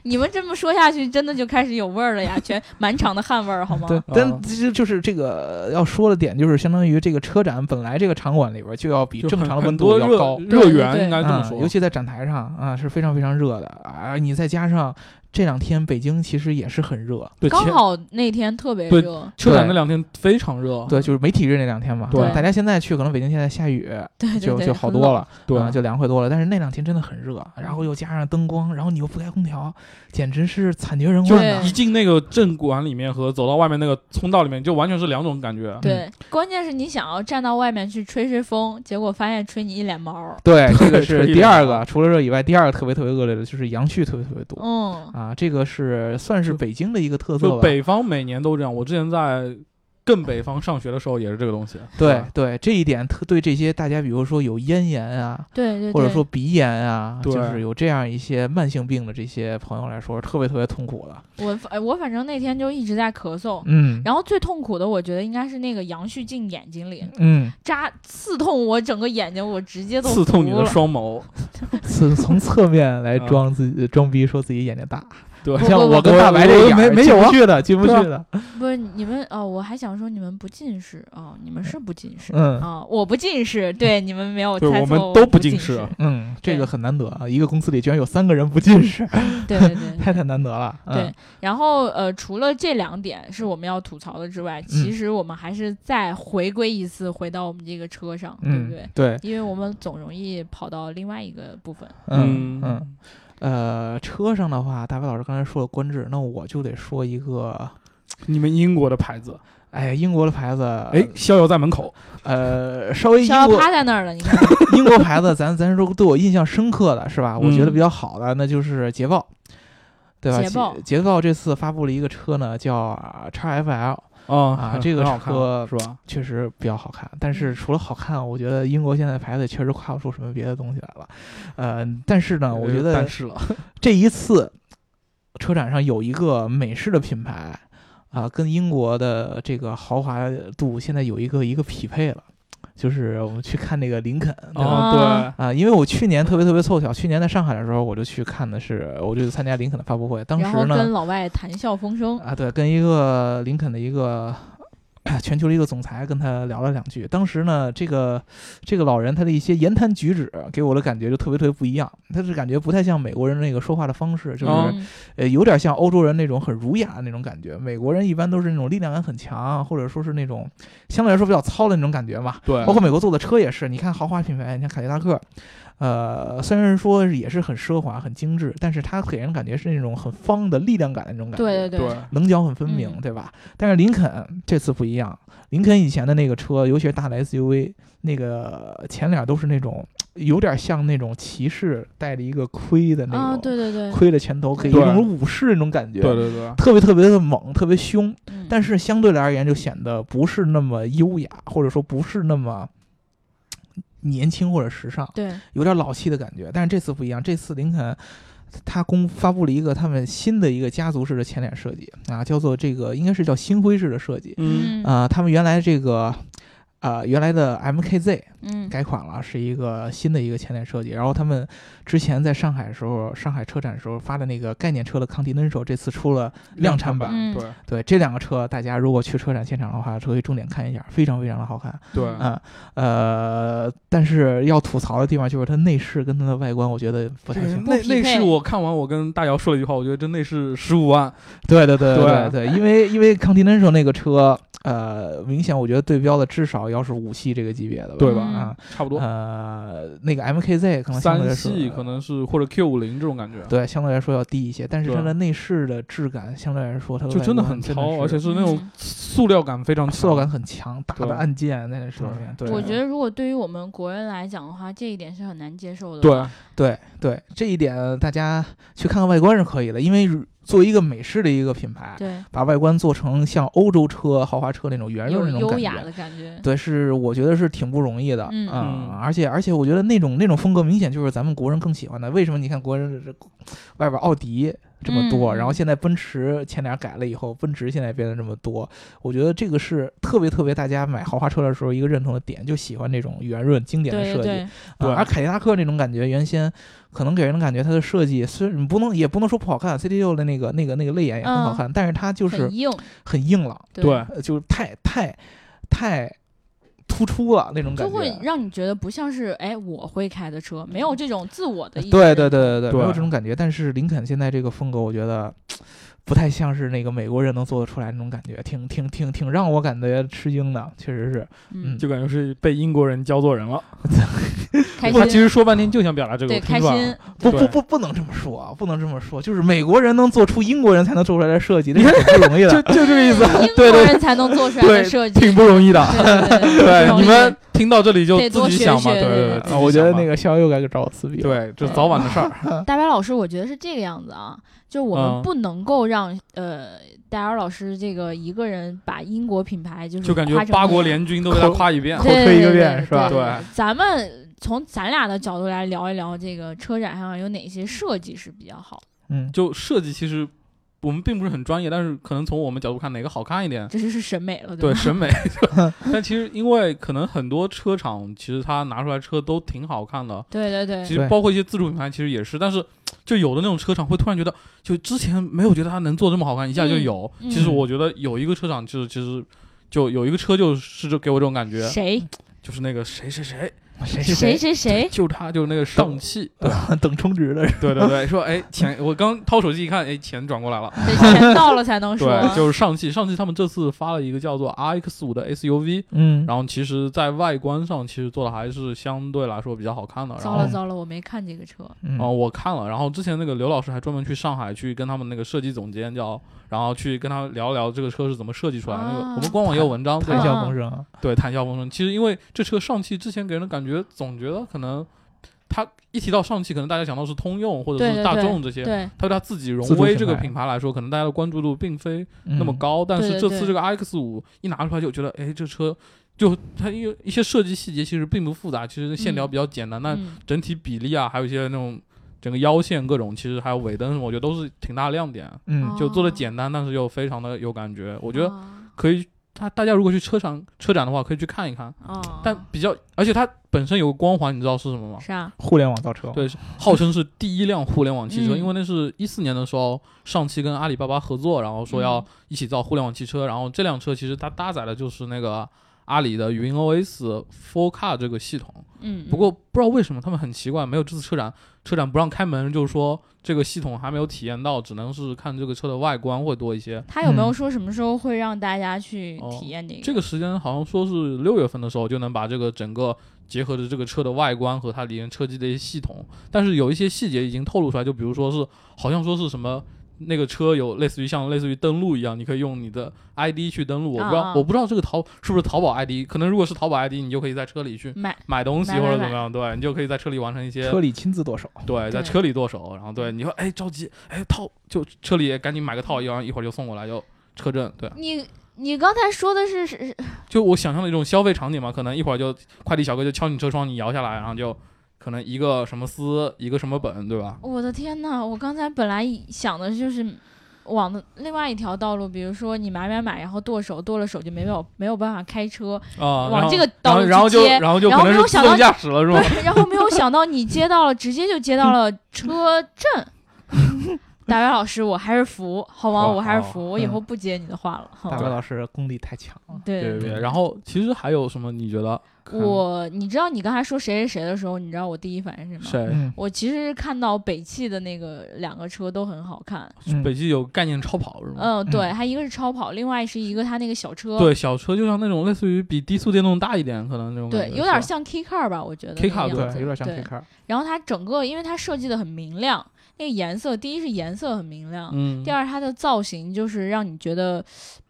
你们这么说下去，真的就开始有味儿了呀，全满场的汗味儿，好吗？对，啊但其实就是这个要说的点，就是相当于这个车展本来这个场馆里边就要比 就正很常的温很度多要热高，热源应该这么啊、说，尤其在展台上啊是非常非常热的啊，你再加上这两天北京其实也是很热，对刚前好那天特别对热，车展那两天非常热，哦对，就是媒体日那两天嘛，对大家现在去可能北京现在下雨，对对就对，就好很多冷。嗯了，对啊，就凉快多了，但是那两天真的很热，然后又加上灯光，然后你又不开空调，简直是惨绝人就寰对呐。一进那个镇馆里面和走到外面那个通道里面，就完全是两种感觉。对，关键是你想要站到外面去吹吹风，结果发现吹你一脸毛儿。对，这个是吹一第脸二毛个，除了热以外，第二个特别特别恶劣的就是阳虚特别特别多。嗯，啊，这个是算是就北京的一个特色就吧。北方每年都这样，我之前在更北方上学的时候也是这个东西。对对，这一点特对这些大家，比如说有咽炎啊，对对对，或者说鼻炎啊，就对是有这样一些慢性病的这些朋友来说，特别特别痛苦的。我反哎我反正那天就一直在咳嗽。嗯然后最痛苦的，我觉得应该是那个杨絮进眼睛里，嗯，扎刺痛我整个眼睛，我直接都刺痛你服的了双眸，从 从侧面来啊装自己装逼，说自己眼睛大。 对，不像不我不跟大我白我这眼没儿没进有啊不去的，进不去对啊的。不是你们哦，我还想说你们不近视哦，你们是不近视啊、嗯我不近视，对你们没有对猜我错，们我都不不近视视，啊嗯，这对个很难得啊！一个公司里居然有三个人不近视，对对对。 太太难得了。嗯对，，然后呃，除了这两点是我们要吐槽的之嗯外，其实我们还是再回归一次，回到我们这个车上，对不对嗯？，对，因为我们总容易跑到另外一个部分，嗯嗯。，呃，车上的话，大白老师刚才说了观致，那我就得说一个，你们英国的牌子，哎，英国的牌子，哎，，逍遥在门口，呃，稍微英逍遥国趴在那儿了，你看，英国牌子，咱咱说对我印象深刻的是吧？我觉得嗯比较好的那就是捷豹，对吧？捷豹捷豹这次发布了一个车呢，叫 x FL，啊啊这个好看车是吧？确实比较好看。但嗯是除了好看，我觉得英国现在牌子确实跨不出什么别的东西来了。呃，但是呢，我觉得但 是了，这一次车展上有一个美式的品牌啊，跟英国的这个豪华度现在有一个一个匹配了，就是我们去看那个林肯，对吧？啊哦，啊，因为我去年特别特别凑巧，去年在上海的时候，我就去看的是，我就参加林肯的发布会。当然后时跟呢，老外谈笑风生，啊，对，跟一个林肯的一个哎全球的一个总裁跟他聊了两句。当时呢，这个这个老人他的一些言谈举止给我的感觉就特别特别不一样，他是感觉不太像美国人那个说话的方式，就是、哦嗯呃有点像欧洲人那种很儒雅的那种感觉。美国人一般都是那种力量感很强，或者说是那种相对来说比较糙的那种感觉嘛。对，包括美国做的车也是，你看豪华品牌，你看凯迪拉克，呃，虽然说是也是很奢华、很精致，但是它给人感觉是那种很方的力量感的那种感觉，对对对，棱角很分明，嗯对吧？但是林肯这次不一样，林肯以前的那个车，尤其是大的 SUV，那个前脸都是那种有点像那种骑士戴着一个盔的那种，啊，对对对，盔的前头给一对种武士那种感觉，对对对，特别特别的猛，特别凶。嗯但是相对来而言就显得不是那么优雅，或者说不是那么年轻或者时尚，对，有点老气的感觉。但是这次不一样，这次林肯他公发布了一个他们新的一个家族式的前脸设计啊，叫做这个应该是叫星辉式的设计嗯，啊、他们原来这个。啊、原来的 MKZ 嗯改款了，是一个新的一个前脸设计。然后他们之前在上海的时候，上海车展的时候发的那个概念车的 Continental，这次出了量产版嗯对对这两个车，大家如果去车展现场的话，可以重点看一下，非常非常的好看。对嗯啊、呃，但是要吐槽的地方就是它内饰跟它的外观，我觉得不太行。内匹内配饰我看完，我跟大姚说了一句话，我觉得这内饰十五万，对对对对对对，因为因为 Continental 那个车，呃，明显我觉得对标的至少要是五系这个级别的吧。对吧啊、差嗯不多呃，那个 MKZ 可能相对嗯来三说系可能是或者 Q 五零这种感觉，对相对来说要低一些，但是它对的内饰的质感相对来说它的就外真的观很的糙，是而且是那种嗯塑料感非常强，塑料感很强，大的对按键在那上面。对，啊我觉得如果对于我们国人来讲的话，这一点是很难接受的。对，对对，这一点大家去看看外观是可以的，因为如作为一个美式的一个品牌，对，把外观做成像欧洲车、豪华车那种圆润有那种优感雅觉，的感觉。对，是我觉得是挺不容易的，嗯啊嗯而且而且我觉得那种那种风格明显就是咱们国人更喜欢的。为什么你看国人这外边奥迪这么多，嗯然后现在奔驰前脸改了以后，奔驰现在变得这么多，我觉得这个是特别特别大家买豪华车的时候一个认同的点，就喜欢这种圆润经典的对设计。对，对，对啊而凯迪拉克那种感觉，原先可能给人的感觉，它的设计虽然不能也不能说不好看，C T 六的那个那个那个泪眼也很好看，但是它就是嗯很硬，很硬朗，对，呃就是太太太突出了那种感就会觉。嗯让你觉得不像是哎我会开的车，没有这种自我的意识。对对对对对，对没有这种感觉。但是林肯现在这个风格，我觉得不太像是那个美国人能做得出来那种感觉，挺挺挺挺让我感觉吃惊的，确实是。嗯，就感觉是被英国人教做人了。开他其心，实说半天就想表达这个，对，我听开啊出来了心。，不不对不，不能这么说啊，不能这么说，就是美国人能做出英国人才能做出来的设计，这是很不容易 的。就就这个意思，啊英对国对，人才能做出来的对设计。挺不容易 的。对对对对，容你易们听到这里就得自多己学想吧，学对对对对对，啊，我觉得那个个逍遥又该找我撕逼了。对，这早晚 的事儿。大白老师，我觉得是这个样子啊，就是我们嗯不能够让、呃大姚老师这个一个人把英国品牌就是就感觉夸成八国联军都给他夸一遍口。对对吹一个对对遍是吧对咱们从咱俩的角度来聊一聊这个车展上有哪些设计是比较好，嗯，就设计其实我们并不是很专业，但是可能从我们角度看哪个好看一点，这就是审美了，对吧？审美。但其实因为可能很多车厂其实它拿出来车都挺好看的，对对对其对实包括一些自主品牌其实也是，但是就有的那种车厂会突然觉得，就之前没有觉得它能做这么好看，一下就有。嗯其实嗯我觉得有一个车厂就是其实。就有一个车，就是就给我这种感觉，谁？就是那个谁谁谁，谁谁谁谁 谁，就差就是那个上汽， 等充值的是吧对对对，说哎钱，我刚掏手机一看，哎钱转过来了，得钱到了才能 说。啊对，就是上汽，上汽他们这次发了一个叫做 RX 五的 SUV，嗯，然后其实在外观上其实做的还是相对来说比较好看的，然糟后。了糟了，我没看这个车。嗯啊、我看了，然后之前那个刘老师还专门去上海去跟他们那个设计总监叫，然后去跟他聊聊这个车是怎么设计出来的。那个啊我们官网也有文章，对谈太笑嗯风生啊，对，谈笑风生。其实因为这车上汽之前给人的感觉，总觉得可能他一提到上汽，可能大家想到是通用或者对是对大对众这些。对，他对他自己荣自主威品这个牌品牌来说，可能大家的关注度并非那那么，高，但对是对这对次这个 RX 五一拿出来就觉得，哎，这车就它因为一些设计细节其实并不复杂，其实线条嗯比较简单，但嗯整体比例啊，还有一些那种整个腰线各种，其实还有尾灯什么，我觉得都是挺大的亮点，嗯哦就做的简单，但是又非常的有感觉。我觉得啊可以，它大家如果去车展车展的话，可以去看一看。啊，但比较，而且它本身有个光环，你知道是什么吗？啥？互联网造车，对，是号称是第一辆互联网汽车，嗯因为那是一四年的时候，上汽跟阿里巴巴合作，然后说要嗯一起造互联网汽车，然后这辆车其实它搭载的就是那个阿里的云 OS Four Car 这个系统。嗯，不过不知道为什么他们很奇怪，没有这次车展，车展不让开门，就是说这个系统还没有体验到，只能是看这个车的外观会多一些。他有没有嗯说什么时候会让大家去哦体验这个？这个时间好像说是六月份的时候就能把这个整个结合着这个车的外观和它里面车机的一些系统，但是有一些细节已经透露出来，就比如说是好像说是什么。那个车有类似于像类似于登录一样，你可以用你的 ID 去登录。我不知道，啊啊我不知道这个淘是不是淘宝 ID，可能如果是淘宝 ID，你就可以在车里去买买东西买或者买怎么样，对你就可以在车里完成一些车里亲自剁哦手，对，在对车里剁手，然后对你说哎着急哎套就车里赶紧买个嗯套，然后一会儿就送过来就车震，对，你。你刚才说的是是是就我想象的一种消费场景嘛，可能一会儿就快递小哥就敲你车窗，你摇下来，然后就可能一个什么丝，一个什么本，对吧？我的天呐，我刚才本来想的就是往的另外一条道路，比如说你买买买，然后剁手，剁了手就没有没有办法开车，啊、然往后这个然道后路然后去就接。然后就然可后能没有是自想动到驾驶了，是吧？ 嗯对，然后没有想到你接到了，直接就接到了车震。 大白老师，我还是服，好吗？好我还是好嗯服，我以后不接你的话了。大哈白老师功力太强了，对对对。然后其实还有什么？你觉得我你知道你刚才说谁谁谁的时候，你知道我第一反应是什么？谁？嗯，我其实看到北汽的那个两个车都很好看，嗯北汽有概念超跑是吗？嗯，对，它一个是超跑，另外是一个它那个小车，对，小车就像那种类似于比低速电动大一点，可能那种对，感觉有点是吧像 K car 吧，我觉得 K 那个 car，样对，子有点像对 K。car，然后它整个，因为它设计的很明亮，那个颜色，第一是颜色很明亮，嗯，第二它的造型就是让你觉得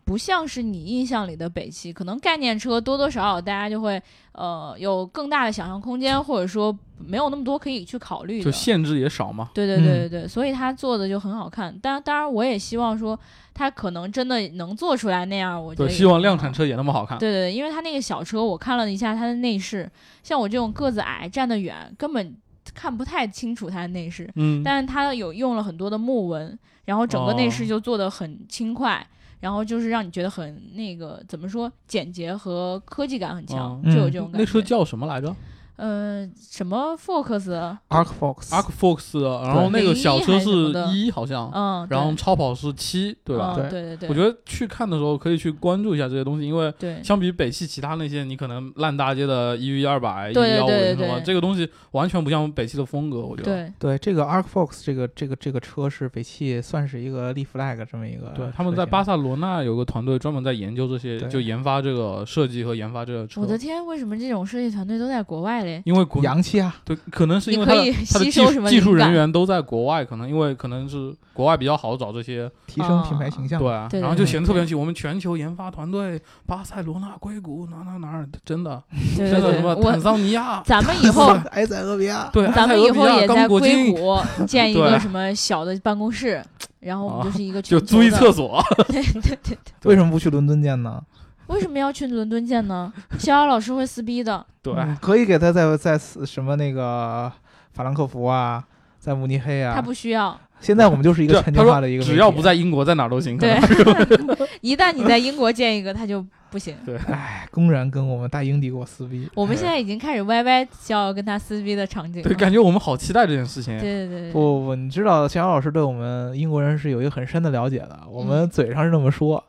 不像是你印象里的北汽，可能概念车多多少少大家就会呃有更大的想象空间，或者说没有那么多可以去考虑就嗯的。限制也少嘛。对对对对对，所以它做的就很好看。但当然，我也希望说它可能真的能做出来那样，我觉对，得希望量产车。车也那么好看。对对，对因为它那个小车，我看了一下它的内饰，像我这种个子矮、站得远，根本看不太清楚它的内饰。嗯，但是它有用了很多的木纹，然后整个内饰哦就做得很轻快，然后就是让你觉得很那个怎么说，简洁和科技感很强，嗯就有这种感觉。哦那车叫什么来着呃什么 Focus，哦 a r c Fox， ？Arc Fox，然呃后那个小车是01一好像，嗯，然后对超跑是七，对吧？嗯对对对对，我觉得去看的时候可以去关注一下这些东西，因为对相比北汽其他那些，你可能烂大街的 EV 二百、对 EV 幺五对对什么，对这个东西完全不像北汽的风格，我觉得。对对，这个 a r c Fox 这个这个这个车是北汽算是一个立 flag 这么一个车型，他们在巴塞罗那有个团队专门在研究这些，对就研发这个设计和研发这个车我。的天，为什么这种设计团队都在国外嘞？因为国洋气啊，对，可能是你因为可它的以它的吸技收术什么技术灵人感员都在国外，可能因为可能是国外比较好找这些提升品哦牌形象，对啊，对然后对就对显得特别对气。我们全球研发团队，巴塞罗那、硅谷哪哪哪儿，真的，对真对的什对，么坦我桑 尼亚，咱们 以 后埃塞俄比啊亚，对，咱们以后也在硅谷谷建一 对哦个什么小的办公室，然后我们就是一个就全球租一的 厕。所，对对对，为什么不去伦敦见呢？为什么要去伦敦见呢？逍遥老师会撕逼的。对，嗯可以给他在在什么那个法兰克福啊，在慕尼黑啊，他不需要。现在我们 就是一 对个全球化的一个媒体，啊只要不在英国，在哪儿都行。可 对能，一旦你在英国建一个，他就不行。哎，公然跟我们大英帝国撕逼，我们现在已经开始歪歪逍遥跟他撕逼的场景了。对，感觉我们好期待这件事情。对对对对不不不，你知道小姚老师对我们英国人是有一个很深的了解的，我们嗯嘴上是这么说，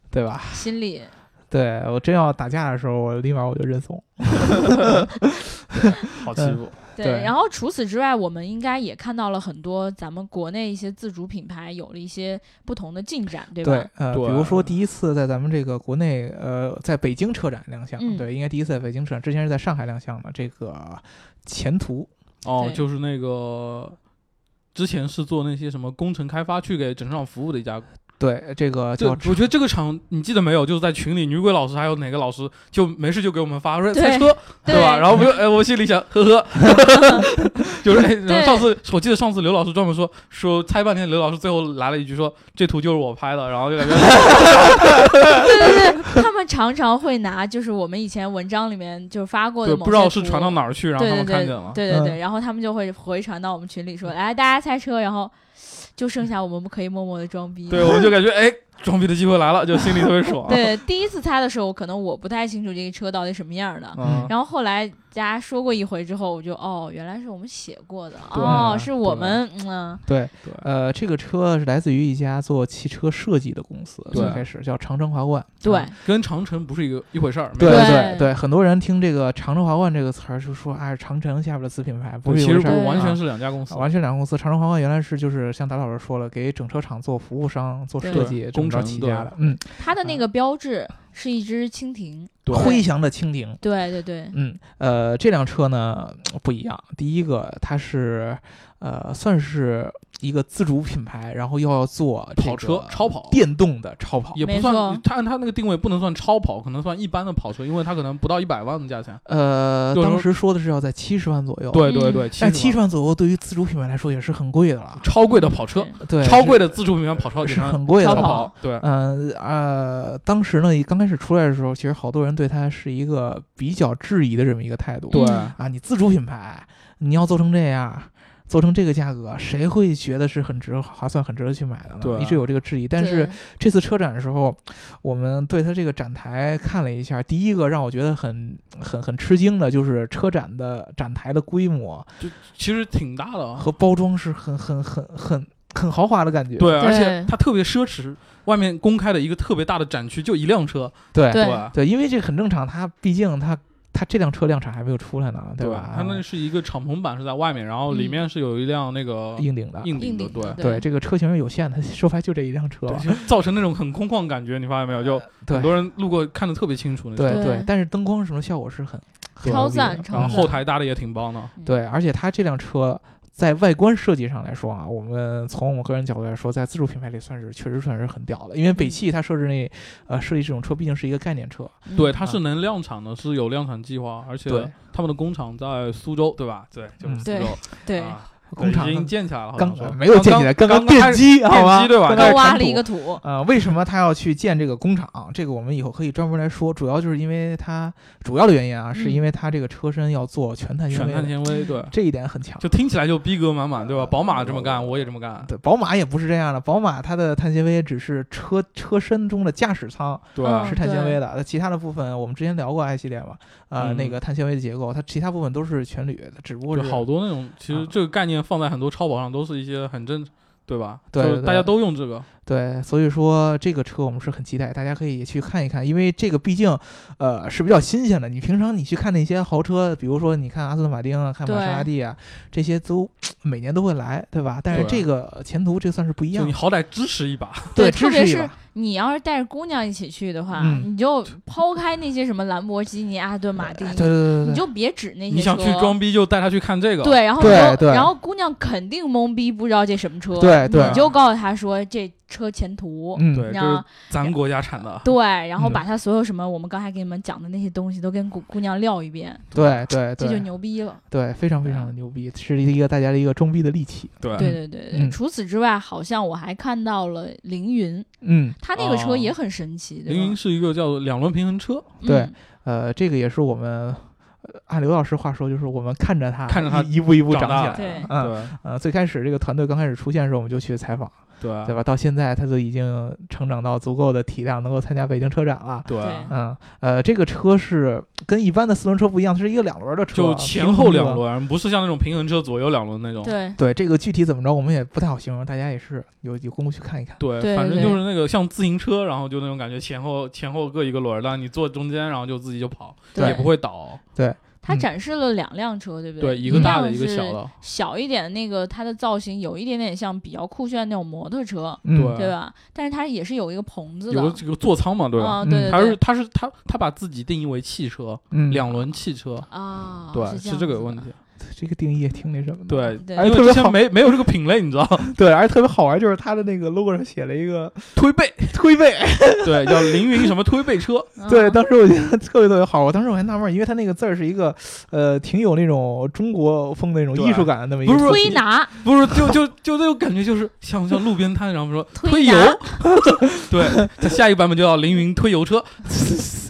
对吧？心里对我真要打架的时候，我立马我就认怂。好欺负。对，对然后除此之外，我们应该也看到了很多咱们国内一些自主品牌有了一些不同的进展，对吧？对，呃，比对如说第一次在咱们这个国内，呃，在北京车展亮相，嗯对，应该第一次在北京车展，之前是在上海亮相的。这个前途，哦，对就是那个之前是做那些什么工程开发去给整场服务的一家。对，这个这叫我觉得这个场你记得没有？就是在群里，女鬼老师还有哪个老师就没事就给我们发说对猜车，对吧？对然后我们就哎，我心里想，呵呵， 就是哎，然对后上次我记得上次刘老师专门说说猜半天，刘老师最后来了一句说这图就是我拍的，然后就感觉对对对，他们常常会拿就是我们以前文章里面就发过的 对，某不知道些是图传到哪儿去，然后对他对们对看见了。对对对，然后他们就会回传到我们群里说，哎，大家猜车，然后就剩下我们可以默默的装逼。对，我们就感觉哎，装逼的机会来了，就心里特别爽。 对第一次猜的时候，可能我不太清楚这个车到底什么样的。嗯，然后后来大家说过一回之后，我就哦，原来是我们写过的，对哦，是我对们嗯，对，对呃，这个车是来自于一家做汽车设计的公司，对最开始叫长城华冠。对，跟长城不是一个一回事儿。没对有对对对，很多人听这个“长城华冠”这个词儿，就说啊，长城下边的子品牌，不是一其回实事不儿是，对完全啊是两家公司。完全两个公司。长城华冠原来是就是像达老师说了，给整车厂做服务商、做设对计、工程程起对家的。嗯，它的那个标志是一只蜻蜓，对辉翔的蜻蜓。对对对，嗯，呃，这辆车呢不一样。第一个，它是呃，算是一个自主品牌，然后又要做这跑车个超跑电动的超跑。也不没算错，它按它那个定位不能算超跑，可能算一般的跑车，因为它可能不到一百万的价钱。呃，就是当时说的是要在七十万左右，，对嗯对对，但七七十万左右对于自主品牌来说也是很贵的了，超贵的跑车对，对，超是贵的自主品牌跑车，是很贵超的超了。跑跑。对，嗯呃，当时呢，刚开始出来的时候，其实好多人对它是一个比较质疑的这么一个态度。对嗯啊，你自主品牌，你要做成这样，做成这个价格，谁会觉得是很值划算、很值得去买的呢？对啊一直有这个质疑。但是对这次车展的时候，我们对它这个展台看了一下，第一个让我觉得很很很吃惊的就是车展的展台的规模就其实挺大的啊。和包装是很很很很很豪华的感觉。对，而且对它特别奢侈，外面公开的一个特别大的展区就一辆车，对对对因为这个很正常，它毕竟它它这辆车量产还没有出来呢，对吧？它那是一个敞篷版是在外面，然后里嗯面是有一辆那个硬顶的。硬硬顶的，顶对的。对，这个车型是有限的， 说白就这一辆车对，吧。就造成那种很空旷感觉，你发现没有？就对很多人路过看得特别清楚那种。对对但是灯光什么效果是很很超牛逼的赞超嗯然后后台搭的也挺棒的，嗯对，而且它这辆车在外观设计上来说啊，我们从我们个人角度来说，在自主品牌里算是确实算是很屌的，因为北汽它设置那呃设计这种车毕竟是一个概念车，嗯对，它是能量产的，是有量产计划，而且对他们的工厂在苏州，对吧？对，就是嗯苏州，对，啊工厂已经建起来了，好刚像是没有建起来，刚刚刚奠基，开始好奠吧？基对吧刚刚挖铲了一土个土，呃，为什么他要去建这个工厂？啊这个我们以后可以专门来说。主要就是因为它主要的原因啊，是因为它这个车身要做全碳纤全维碳的，纤维，对，这一点很强。就听起来就逼格满满，对吧？宝马这么哦干，我也这么干，对，宝马也不是这样的，宝马它的碳纤维只是车车身中的驾驶舱啊对，嗯是碳纤维的，那其他的部分我们之前聊过 i 系列嘛，呃，嗯那个碳纤维的结构，它其他部分都是全铝，只不过就是好多那种，其实啊这个概念放在很多超跑上都是一些很正，对吧？对就是对大家都用这个，对，所以说这个车我们是很期待，大家可以去看一看，因为这个毕竟呃是比较新鲜的。你平常你去看那些豪车，比如说你看阿斯顿马丁啊，看玛莎拉蒂啊，这些都每年都会来，对吧？但是对这个前途这算是不一就样你的，好歹支持一把，对，支特别持一是把。你要是带着姑娘一起去的话，嗯你就抛开那些什么兰博基尼、阿斯顿马丁对，对对对你对，就别指那些你想去车装逼啊就带他去看这个，对，然后你对就对然后姑娘肯定懵逼，不知道这什么车，对对你就告诉她说这车前途，嗯，对，这然是后咱国家产的，对，然后嗯把她所有什么我们刚才给你们讲的那些东西都跟姑姑娘撂一遍，对对这就对牛逼了。对，非常非常的牛逼，是一个大家的一个装逼的利器。对对对对对，嗯除此之外，好像我还看到了凌云，嗯，他那个车哦也很神奇，对吧凌云是一个叫两轮平衡车，对嗯呃，这个也是我们。呃按刘老师话说，就是我们看着他，看着它一一步一步长长大起来。对嗯，呃，最开始这个团队刚开始出现的时候，我们就去采访，对对对吧？到现在，它就已经成长到足够的体量，能够参加北京车展了。对嗯，呃，这个车是跟一般的四轮车不一样，它是一个两轮的车，啊就前后平衡车两。轮，不是像那种平衡车左右两轮那种。对对，这个具体怎么着，我们也不太好形容，大家也是有有功夫去看一看。对对反正对就是那个像自行车，然后就那种感觉，前后前后各一个轮儿，但你坐中间，然后就自己就跑，对也不会倒。它嗯展示了两辆车，对不对，对，一个大的，辆一个是小的，小一点的那个，它的造型有一点点像比较酷炫那种摩托车，嗯对对吧？但是它也是有一个棚子的，有个这个座舱嘛，对吧？啊，嗯对对他是对，他是他他把自己定义为汽车，嗯，两轮汽车，啊，对，是是这个问问题题。，这个定义也挺那什么的。对，对哎因为特别之前好没没有这个品类，你知道，对，而且特别好玩，就是它的那个 logo 上写了一个推背，推背，对，叫凌云什么推背 车，嗯对，当时我觉得 特别特别好，我当时我还纳闷儿，因为它那个字儿是一个，呃，挺有那种中国风的那种对艺术感的那么一个不是字体，推拿，不是，就就就那种感觉，就是像像路边摊，然后说推 推油拿，对，它下一个版本就叫凌云推油车，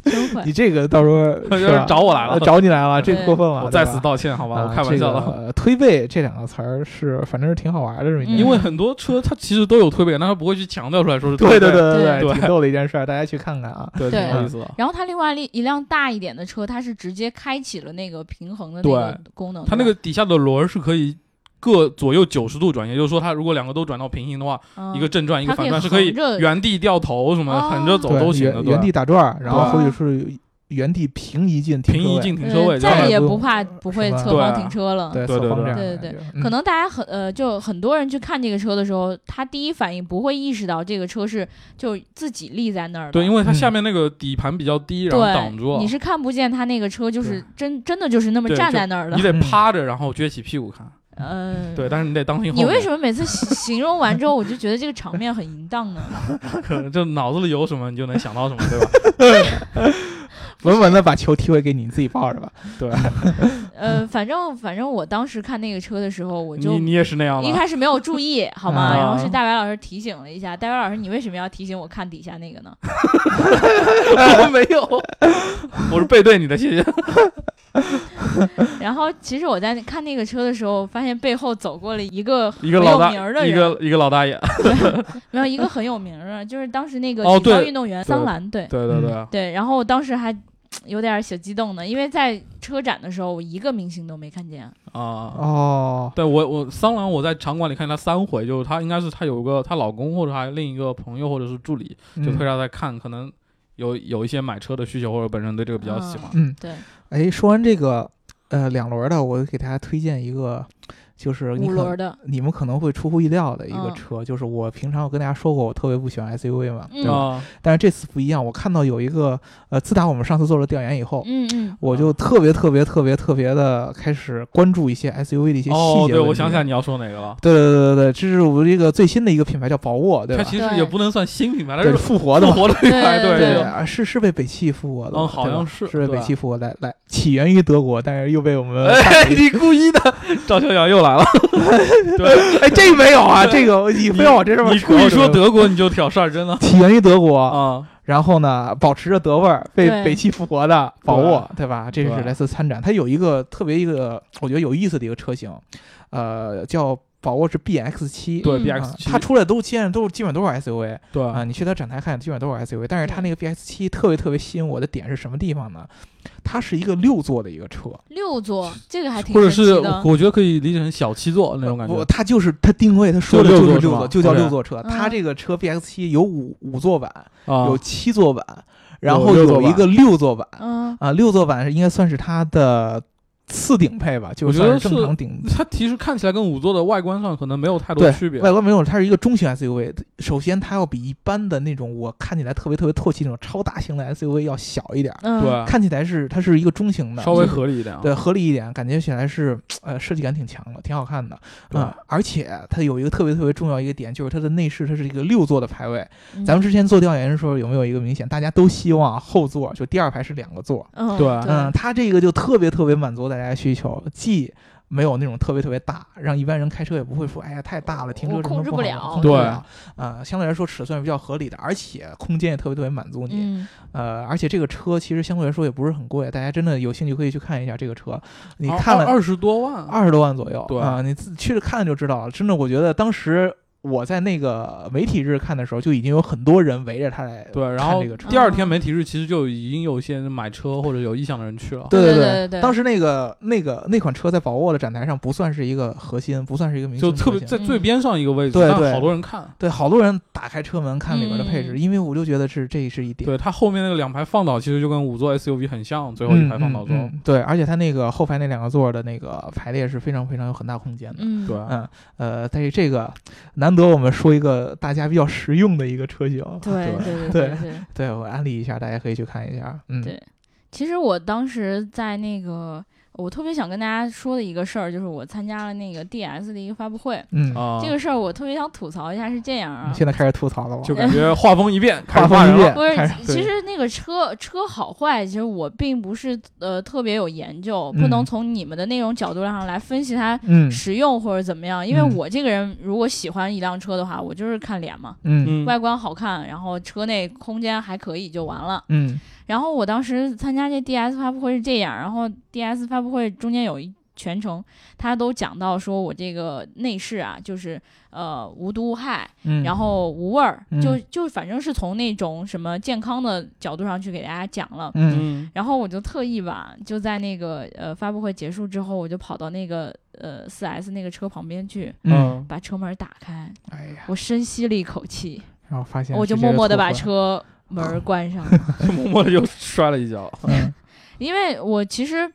真会 你这个到时候有是吧人找我来呃了，找你来了，这对过分了，我对再吧次道歉，好吧，啊我开玩笑这的。个推背这两个词儿是，反正是挺好玩的这么一件嗯事，因为很多车它其实都有推背，但它不会去强调出来 说是对推对背，对对挺逗的一件事儿，大家去看看啊。对，对挺有意思的。然后它另外一一辆大一点的车，它是直接开启了那个平衡的那个功能。它那哦对个吧、底下的轮儿是可以各左右九十度转，也就是说，它如果两个都转到平行的话，嗯一个正转一个它可反以转，是可以横着原地掉头什么哦横着走对都行的，原对原吧地？打转儿，然后对或者是原地平移进停平车移位，进停车位，呃这样再也也不不用怕不会是吧侧方对啊停车了。对对侧对方这对样的对感对觉，可嗯能大家很呃，就很多人去看这个车的时候，他第一反应不会意识到这个车是就自己立在那儿的。对，因为它嗯下面那个底盘比较低，然后挡住对，了你，是看不见他那个车，就是对真真的就是那么对站就在那儿的你。得嗯趴着，然后撅起屁股看。嗯，对，但是你得当心后你面。为什么每次形形容完之后，我就觉得这个场面很淫荡呢？可能就脑子里有什么，你就能想到什么，对吧？稳稳的把球踢回给你，你自己抱着吧。呃，反正反正我当时看那个车的时候，我就你你也是那样一吗？嗯开始没有注意，好吗？啊然后是大白老师提醒了一下，大白老师，你为什么要提醒我看底下那个呢？我没有， 我是背对你的，谢 谢。然后其实我在看那个车的时候，发现背后走过了一个一个老很有名儿大，的一个一个老大爷，没有一个很有名儿的， 就是当时那个哦体操对运动员对桑兰，对对对对，对。然后我当时还有点小激动呢，因为在车展的时候，我一个明星都没看见。嗯啊，哦，对我我桑兰我在场馆里看她三回，就是她应该是她有个她老公或者她另一个朋友或者是助理，就推嗯她在看，可能有有一些买车的需求或者本身对这个比较喜欢。嗯，对，哎，说完这个，呃，两轮儿的，我给大家推荐一个，就是你五可轮儿的，你们可能会出乎意料的一个嗯车，就是我平常我跟大家说过，我特别不喜欢 SUV 嘛，嗯对吧？啊，但是这次不一样，我看到有一个，呃，自打我们上次做了调研以后，嗯嗯，我就特别特别特别特别的开始关注一些 SUV 的一些细节哦，问题。对，我想起来你要说哪个了。对对对对对，这是我们这个最新的一个品牌叫宝沃，对它吧？其对实也不能算新品牌，它对，是复活的复嘛。活的品牌，对对对对，啊，是是被北汽复活的吧，嗯好对吧像是是被对北汽复活来来起源于德国，但是又被我们 哎，你故意的，赵小阳 又来了。哎，这个没有啊，这个你非要往这上面你扯故意说我就德国你就挑事儿，真的起源于德国，啊，然后呢，保持着德味儿，被对北汽复活的宝沃，对吧？这是对来自参展，它有一个特别一个我觉得有意思的一个车型，呃，叫宝沃是 BX 七。对嗯 B 啊 X 七，它出来都现在都基本都是 SUV 对啊、你去它展台看，基本都是 SUV。但是它那个 BX 七特别特别吸引我的点是什么地方呢？它是一个六座的一个车，六座，这个还挺或者神奇是的我觉得可以理解成小七座那种感不，觉，它就是它定位，它说的就就六是六座是吗座，就叫 OK 六座车。它嗯这个车 BX 七有五五座版，啊有七座版，然有后六座有一版个六座版嗯，啊，六座版是应该算是它的次顶配吧，就我觉得算是正是常顶。它其实看起来跟五座的外观上可能没有太多对区别，外观没有，它是一个中型 SUV。首先，它要比一般的那种我看起来特别特别唾弃那种超大型的 SUV 要小一点儿，嗯，对，看起来是它是一个中型的，啊稍微就是合理一点啊。对合理一点，感觉起来是呃设计感挺强的，挺好看的啊、而且它有一个特别特别重要一个点，就是它的内饰它是一个六座的排位。嗯，咱们之前做调研的时候有没有一个明显，大家都希望后座就第二排是两个座，嗯对嗯，它这个就特别特别满足大家的需求，既没有那种特别特别大，让一般人开车也不会说，哎呀太大了，停车我什控么制不不好了控制不对了。呃，相对来说尺寸是比较合理的，而且空间也特别特别满足你。嗯，呃，而且这个车其实相对来说也不是很贵，大家真的有兴趣可以去看一下这个车，你二看了二十多万，二十多万左右，对啊，你自去看了就知道了。真的，我觉得当时我在那个媒体日看的时候，就已经有很多人围着他来对，然看后这个车。第二天媒体日其实就已经有一些人买车或者有意向的人去了。对对对对对对当时那个那个那款车在宝沃的展台上不算是一个核心，不算是一个明星就车型，特别在嗯最边上一个位置，对但对好多人看。对，好多人打开车门看里边的配置，嗯因为我就觉得是这是一点。对它后面那个两排放倒，其实就跟五座 SUV 很像，最后一排放倒之后，嗯嗯嗯对，而且它那个后排那两个座儿的那个排列是非常非常有很大空间的。嗯，对，嗯，呃，但是这个难得我们说一个大家比较实用的一个车型，对对对对对对。对我安利一下，大家可以去看一下。嗯，对其实我当时在那个，我特别想跟大家说的一个事儿，就是我参加了那个 DS 的一个发布会。嗯，啊，这个事儿我特别想吐槽一下，是这样啊你，现在开始吐槽了吗？就感觉画风一变，开始画风骂人一变。 了不是开始，其对实那个车车好坏，其实我并不是呃特别有研究，不嗯能从你们的那种角度上来分析它嗯实用或者怎么样，因为嗯我这个人如果喜欢一辆车的话，我就是看脸嘛，嗯嗯，外观好看，然后车内空间还可以就完了。嗯然后我当时参加这 DS 发布会是这样，然后 DS 发布会中间有一全程，他都讲到说我这个内饰啊，就是呃无毒无害，嗯，然后无味儿，嗯就就反正是从那种什么健康的角度上去给大家讲了。嗯嗯然后我就特意吧，就在那个呃发布会结束之后，我就跑到那个呃 4S 那个车旁边去，嗯，把车门打开，哎呀，我深吸了一 口气，然后发现我就啊是这默个默的把错过车 门关上了。嗯， 默默的就摔了一跤。嗯因为我其实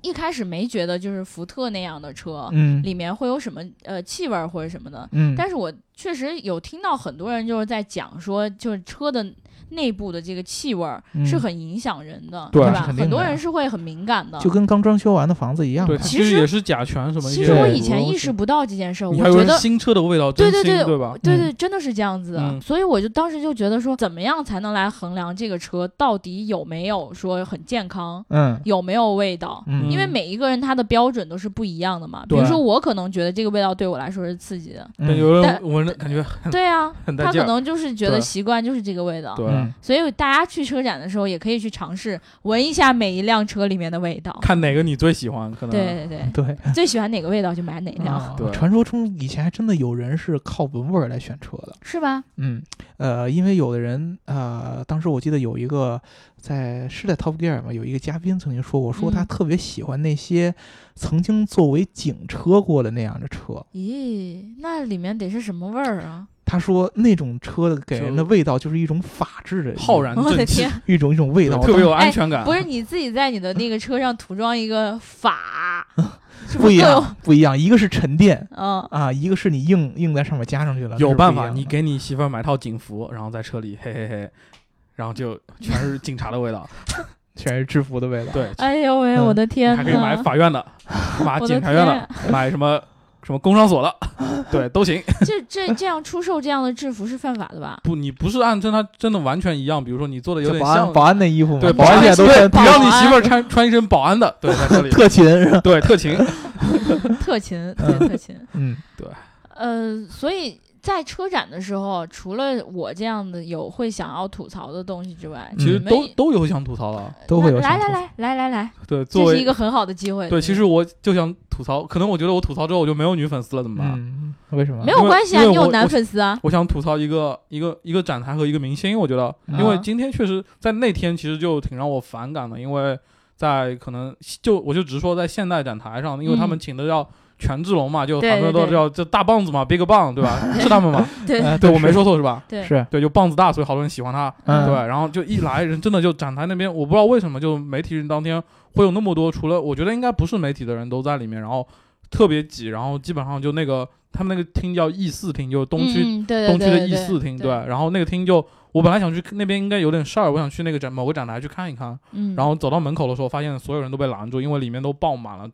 一开始没觉得就是福特那样的车、嗯里面会有什么呃气味儿或者什么的，嗯，但是我确实有听到很多人就是在讲说，就是车的内部的这个气味儿嗯是很影响人的，对吧？肯定的很多人是会很敏感的就。跟刚装修完的房子一样嗯对，嘛，其实也是甲醛什么一些其东实西。我对以前意识不到这件呃事儿，我你还有觉人得新车的味道，对真对心对对吧？对对，真的是这样子的，嗯所以我就当时就觉得说，怎么样才能来衡量这个车到底有没有说很健康，嗯有没有味道？嗯，因为嗯每一个人他的标准都是不一样的嘛。比如对说，我可能觉得这个味道对我来说是刺激 的，但嗯有人但闻着感觉对啊，很带他劲可儿。能就是觉得对习惯就是这个味道。对，嗯所以大家去车展的时候，也可以去尝试闻一下每一辆车里面的味道。看哪个你最喜欢，可能对对 对，嗯对。最喜欢哪个味道就买哪辆，啊对传说中以前还真的有人是靠闻味儿来选车的。是吧？嗯，呃，因为有的人，呃，当时我记得有一个在是在 Top Gear 嘛，有一个嘉宾曾经说过，说他嗯特别喜欢那些曾经作为警车过的那样的车。咦，那里面得是什么味儿啊？他说那种车的给人的就味道就是一种法治的浩然我的正气啊天，，一种一种 对味道，特别有哎安全感。不是你自己在你的那个车上涂装一个 法，是不是一更有？样，不一样。一个是沉淀嗯，啊，一个是你硬硬在上面加上去了，这有是不办一法，样你的给你媳妇儿买套警服，然后在车里嘿嘿嘿，然 后就全是警察的味道。全是制服的味道。对，哎呦喂，嗯我的天你呐！还可以买法 院的，买我的检察院天的，买什么什么工商 所的，对，都行。这这这样出售这样的制服是犯法的 吧？不，你不是按真它真的完全一样，比如说你做的有就点保安像保，安那衣服嘛，对，保保安安现在都对穿保你让安你媳妇儿穿穿一身保安的，对，在车里，特勤是吧？对，特勤，特 勤，嗯对特勤。嗯呃，所以在车展的时候，除了我这样的有会想要吐槽的东西之外，嗯其实你们都都有想吐槽的。啊都会有来想嗯来吐来来来来，对，作这是一为个很好的机会。对，其实我就想吐槽，可能我觉得我吐槽之后我就没有女粉丝了，怎么办？嗯，为什么？没有关系啊，因为你有我男我粉丝啊。我想吐槽一个一个一个展台和一个明星，我觉得，嗯因为今天确实在那天其实就挺让我反感的，因为在可能就我就直说在现代展台上，因为他们请的叫权志龙嘛，就嗯对韩国对都对叫这大棒子嘛，Big Bang 对吧？ 是他 们吗？对呃 对，我没说错是吧？对是，对，就棒子大，所以好多人喜欢他。嗯 对，然后就一来人真的就展台那边，我不知道为什么就媒体人当天会有那么多，除了我觉得应该不是媒体的人都在里面，然后特别挤，然后基本上就那个他们那个厅叫 E 四厅，就是东区嗯嗯对对东区对的对 E 对四厅，对对，，然后那个厅就我本来想去那边应该有点事儿，我想去那个展某个展台去看一看，嗯，然后走到门口的时候，发现所有人都被拦住，因为里面都爆满了，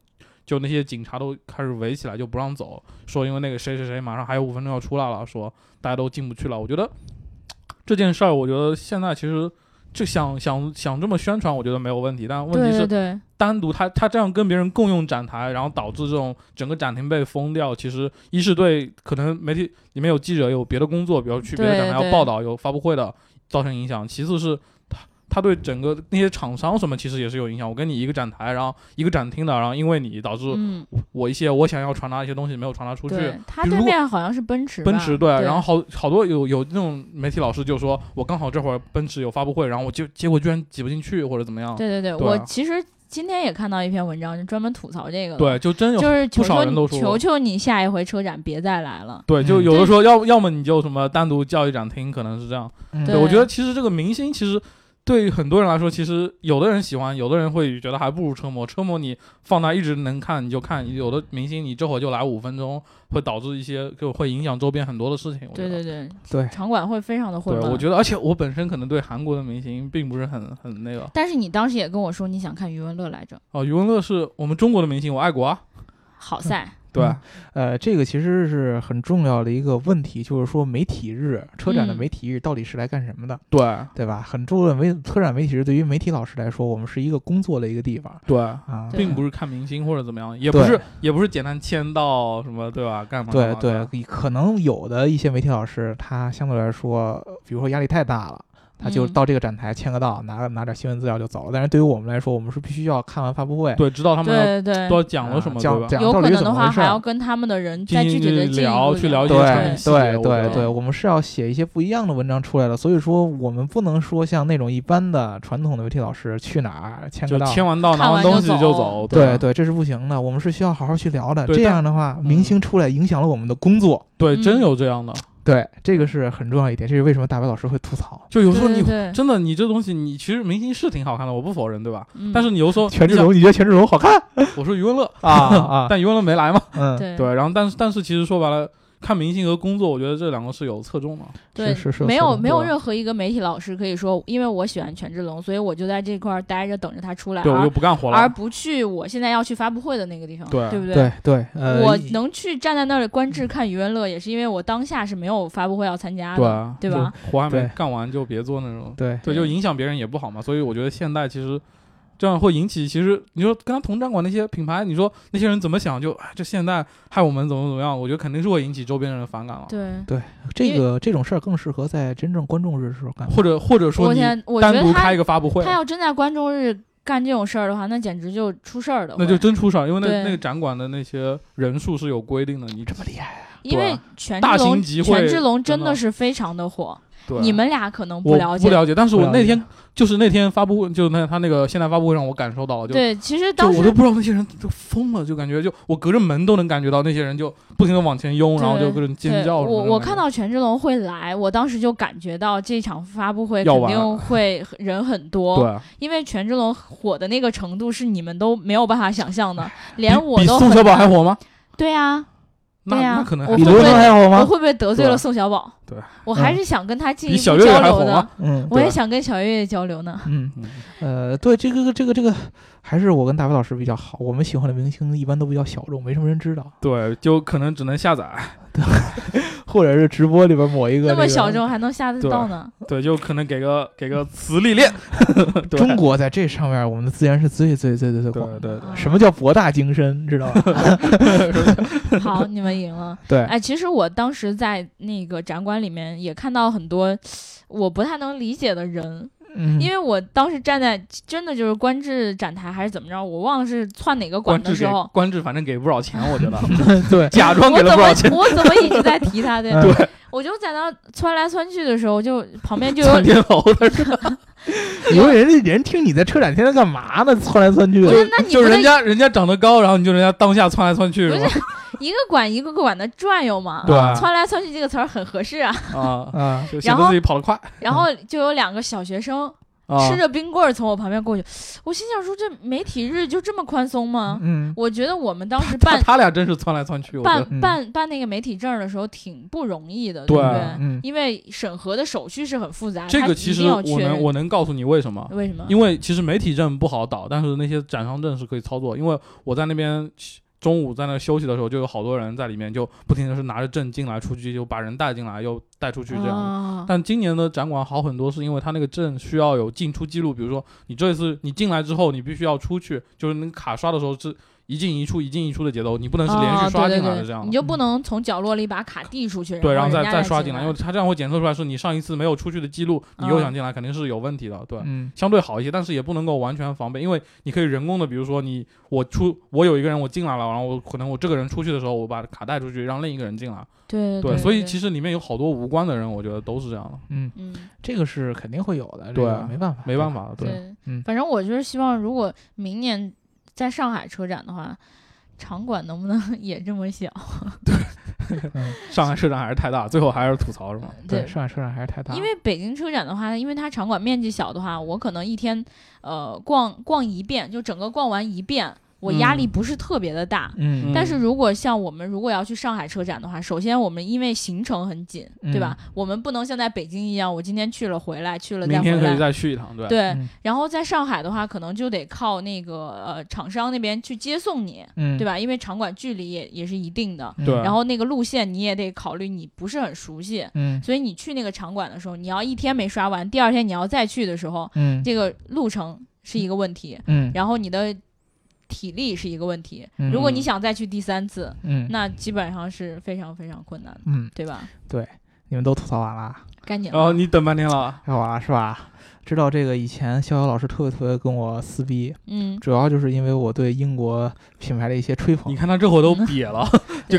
就那些警察都开始围起来，就不让走，说因为那个谁谁谁马上还有五分钟要出来了，说大家都进不去了。我觉得这件事儿，我觉得现在其实就想想想这么宣传，我觉得没有问题，但问对题对是对，单独他他这样跟别人共用展台，然后导致这种整个展厅被封掉。其实一是对可能媒体里面有记者有别的工作，比如去别的展台对要报道，有发布会的，造成影响；其次是他它对整个那些厂商什么其实也是有影响。我跟你一个展台，然后一个展厅的，然后因为你导致嗯，我一些我想要传达一些东西没有传达出去，对，它比如对如果面好像是奔驰吧，奔驰对，啊对，然后好好多有有那种媒体老师就说，我刚好这会儿奔驰有发布会，然后我就结果居然挤不进去或者怎么样，对对对，对我啊其实今天也看到一篇文章，就专门吐槽这个的，对，就真有就是求不少求人你露出求求你下一回车展别再来了。对，嗯就有对的时候要要么你就什么单独教育展厅，可能是这样。嗯对我觉得其实这个明星其实。对于很多人来说，其实有的人喜欢，有的人会觉得还不如车模。车模你放那一直能看你就看，有的明星你这会儿就来五分钟，会导致一些就会影响周边很多的事情。我对觉得对对，对场馆会非常的混对，乱。我觉得，而且我本身可能对韩国的明星并不是很很那个。但是你当时也跟我说你想看余文乐来着，哦，余文乐是我们中国的明星，我爱国啊。好赛，对，嗯呃，这个其实是很重要的一个问题，就是说媒体日车展的嗯媒体日到底是来干什么的，对对吧？很重要的媒车展媒体日对于媒体老师来说，我们是一个工作的一个地方对，啊，对并不是看明星或者怎么样，也对不是也不是简单签到什么，对吧？干嘛干对嘛？对，可能有的一些媒体老师，他相对来说，比如说压力太大了。他就嗯到这个展台签个到，拿拿点新闻资料就走了。但是对于我们来说，我们是必须要看完发布会，对，知道他们对对都对，讲了什么，啊对讲吧？讲有到可底是怎能的么话回事还要儿。跟他们的人进再具体的去聊，去了解一步产品对细节。对我觉对得对，我们是要写一些不一样的文章出来的。所以说，我们不能说像那种一般的传统的媒体老师去哪儿签个就到，签完到看拿完完就东西走就走。对对啊对，这是不行的。我们是需要好好去聊的。对这但样的话，嗯明星出来影响了我们的工作。对嗯真有这样的。对，这个是很重要一点。这是为什么大白老师会吐槽。就有时候对你对真的，你这东西，你其实明星是挺好看的，我不否认，对吧？嗯但是你有时候，权你志想龙，你觉得权志龙好 看我说余文乐，啊啊？但余文乐没来嘛。嗯，对对，然后但是但是其实说白了，看明星和工作，我觉得这两个是有侧重的。对，是是是没有是没有对任何一个媒体老师可以说，因为我喜欢权志龙，所以我就在这块儿待着等着他出来，对我而就不干活而了。不去我现在要去发布会的那个地方，对嗯不对？对对，呃，我一能去站在那里观致看余文乐，也是因为我当下是没有发布会要参加的，对对吧？活还没对干完就别做那种，对对，就影响别人也不好嘛。所以我觉得现代其实这样会引起，其实你说跟他同站馆那些品牌，你说那些人怎么想就，哎，这现代害我们怎么怎么样？我觉得肯定是会引起周边人的反感了。对，这因个这种事儿更适合在真正观众日的时候干。或者或者说我你天，我觉单得独他开一个发布会他，要真在观众日干这种事儿的话，那简直就出事儿了。那就真出事儿，因为那对那个展馆的那些人数是有规定的。你这么厉害，因为对啊权大志型龙，集会权志龙真真的的是非常的火，对啊你们俩可能我了不解。了解，但是不我了那解天就是那天发布会，就那他那个现代发布会上，我感受到了，就对，其实就当我都时不知道那些人都疯了，就感觉就我隔着门都能感觉到那些人就不停的往前拥，然后就各种尖对叫什么我的。我看到权志龙会来，我当时就感觉到这场发布会要肯完定会人很多， 对，因为权志龙火的那个程度是你们都没有办法想象的， 比连我比都宋小很宝难还火吗？对呀、那对呀那可能我还嗯比会刘不能会还好我吗？会不会得罪了对宋小宝？对，啊嗯我还是想跟他进一比步小交岳岳还流红的啊，嗯，我也对想跟小岳岳交流呢。嗯，嗯呃，对，这个这个这个，还是我跟大白老师比较好。我们喜欢的明星一般都比较小众，没什么人知道，对，就可能只能下载，或者是直播里边某一个那这么个小众还能下得到呢？对，啊就可能给个给个磁力 链。对中国在这上面，我们的资源是最最最最最广对的。对对，什么叫博大精深，知道吧？ 好，你们赢了。对，哎，其实我当时在那个展馆里面也看到很多我不太能理解的人，嗯，因为我当时站在真的就是观致展台还是怎么着，我忘了是窜哪个馆官的至时给候，官至反正给不少钱，我觉得 对，嗯假装我给了怎不么。少钱嗯我怎么一直在提 他的？对，我就在那窜来窜去的时候，就旁边就有窜天猴的是吧，你说人家人听你在车展天天干嘛呢？窜来窜去不的，是，那你 就不是得人家人家长得高，然后你就人家当下窜来窜去不是吧？是一个馆一个馆的转悠嘛？对窜来窜去这个词儿很合适啊。啊，啊，就显然得后自己跑得快然后就有两个小学生啊吃。着冰棍儿从我旁边过去，我心想说这媒体日就这么宽松吗？嗯，我觉得我们当 时他办他俩真是窜来窜去，我觉得办办办那个媒体证儿的时候挺不容易的，嗯对不啊对？嗯，因为审核的手续是很复杂，这啊他个一其实定要我确认嗯能我能告诉你为什么，为什么？因为其实媒体证不好导，但是那些展商证是可以操作。因为我在那边中午在那休息的时候，就有好多人在里面就不停的是拿着证进来出去，就把人带进来又带出去这样。啊但今年的展馆好很多，是因为它那个证需要有进出记录，比如说你这一次你进来之后，你必须要出去，就是那个卡刷的时候是一进一出、一进一出的节奏，你不能是连哦，续刷对进对来对的这样的。嗯你就不能从角落里把卡递出去，对，然然后人再家再再刷进进来，因为它这样会检测出来是你上一次没有出去的记录，你嗯又想进来，肯定是有问题的，对，嗯相对好一些，但是也不能够完全防备，因为你可以人工的，比如说你我出我有一个人我进来了，然后我可能我这个人出去的时候，我把卡带出去，让另一个人进来，对对，对，所以其实里面有好多无关的人，我觉得都是这样的，嗯，嗯这个是肯定会有的，这对个没办法，没办法的，对，对嗯，反正我就是希望，如果明年在上海车展的话，场馆能不能 也这么小？上海车展还是太大，最后还是吐槽是吗？对，上海车展还是太大，因为北京车展的话，因为它场馆面积小的话，我可能一天呃逛逛一遍，就整个逛完一遍，我压力嗯不是特别的大。嗯但是如果像我们如果要去上海车展的话，首先我们因为行程很紧，对吧？我们不能像在北京一样，我今天去了回来，去了再明回天可以来。再去一趟，对，对，嗯然后在上海的话，可能就得靠那个呃厂商那边去接送你，嗯对？吧？因为场馆距离也也是一定的，嗯对然后那个路线你也得考虑，你不是很熟悉，嗯所以你去那个场馆的时候，你要一天没刷完，第二天你要再去的时候，嗯这个路程是一个问题，嗯然后你的体力是一个问题。嗯如果你想再去第三次，嗯那基本上是非常非常困难的，嗯，对吧？对，你们都吐槽完了。该你然后了，哦你等半天了，太好了，是吧？知道这个以前逍遥老师特别特别跟我撕逼，嗯，主要就是因为我对英国品牌的一些吹你捧。看他这会儿都瘪了，就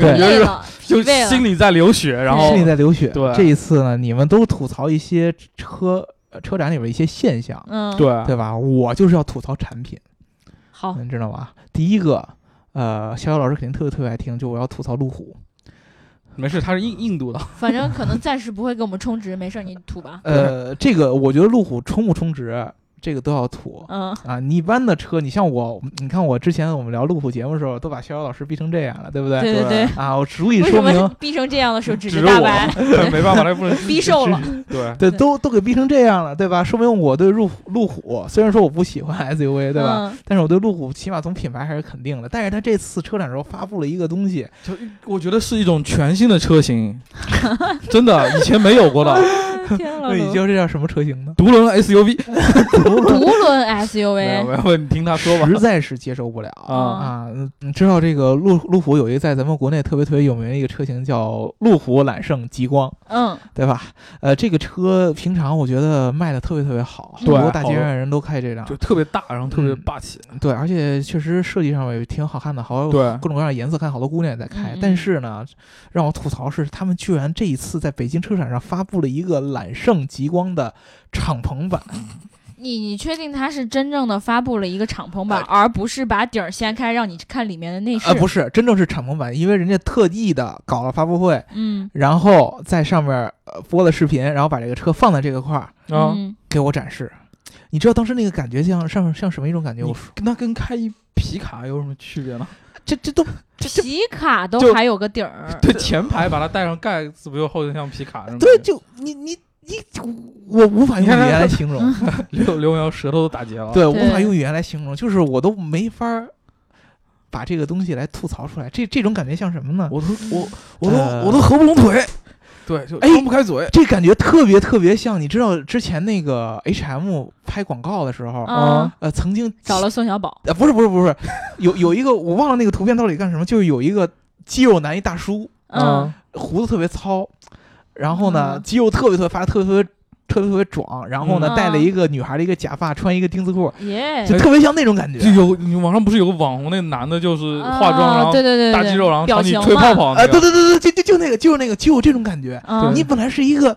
对感觉累是了，疲 就嗯惫了心里在流血，然后心里在流血。对这一次呢，你们都吐槽一些车呃车展里边一些现象，啊嗯，，对对吧？我就是要吐槽产品，好，你知道吗？第一个，呃，逍遥老师肯定特别特别爱听，就我要吐槽路虎。没事，他是印印度的，反正可能暂时不会给我们充值，没事儿你吐 吧，呃，这个我觉得路虎充不充值，这个都要吐。嗯，呃啊，你一般的车，你像我，你看我之前我们聊路虎节目的时候，都把逍遥老师逼成这样了，对不对？对对对对。啊，我足以为说什明么逼成这样的时候指指着着大我白 没办法，他不能 逼瘦 了？对，对，对都都给逼成这样了，对吧？说明我对路虎路虎，虽然说我不喜欢 SUV，对吧？嗯但是我对路虎起码从品牌还是肯定的。但是它这次车展时候发布了一个东西，就我觉得是一种全新的 车型，真的以前没有过的？嗯天啊了那你都，知道这叫什么车型呢独轮 SUV。独轮没有 SUV，没有，你听他说吧。实在是接受不了嗯啊啊！你知道这个路路虎有一个在咱们国内特别特别有名的一个车型叫路虎揽胜极光，嗯，对吧？呃，这个车平常我觉得卖的特别特别好，很对多大街好上人都开这辆， 就特别大，然后特别嗯霸气。对，而且确实设计上面也挺好看的，好有对各种各样的颜色，看好多姑娘也在开。嗯嗯但是呢，让我吐槽是，他们居然这一次在北京车展上发布了一个揽胜极光的敞篷版，你你确定它是真正的发布了一个敞篷版，而不是把顶儿掀开让你看里面的内饰？呃，不是，真正是敞篷版，因为人家特地的搞了发布会，嗯，然后在上面呃播了视频，然后把这个车放在这个块儿啊，嗯，给我展示。你知道当时那个感觉像像像什么一种感觉？你我说跟他跟开一皮卡有什么区别呢？这这都这这皮卡都就还有个顶儿， 对，前排把它带上盖子，不就后头像皮卡那种？对，，就你你你，我我无法用你看语言他嗯来形容。 刘刘洋舌头都打结了。对，无法对用语言来形容，就是我都没法儿把这个东西来吐槽出来。这这种感觉像什么呢？我都嗯我呃我都我都合不拢腿。对，就哎张不开嘴。这感觉特别特别像，你知道之前那个 H M 拍广告的时候，啊，呃，曾经找了宋小宝，呃，不是不是不是，有有一个我忘了那个图片到底干什么，就是有一个肌肉男一大叔，啊嗯，胡子特别糙，然后呢嗯肌肉特别特别发达，特别特别。特别特别壮，然后呢，嗯戴了一个女孩的一个假发，穿一个丁字裤，耶，就特别像那种感觉。哎就有你网上不是有个网红，那男的就是化妆，然啊后对对对，大对肌肉，然后朝表你情吹嘛泡，泡啊，那对个。对对对，就就就那个，就是那个，就有这种感觉。嗯，你本来是一个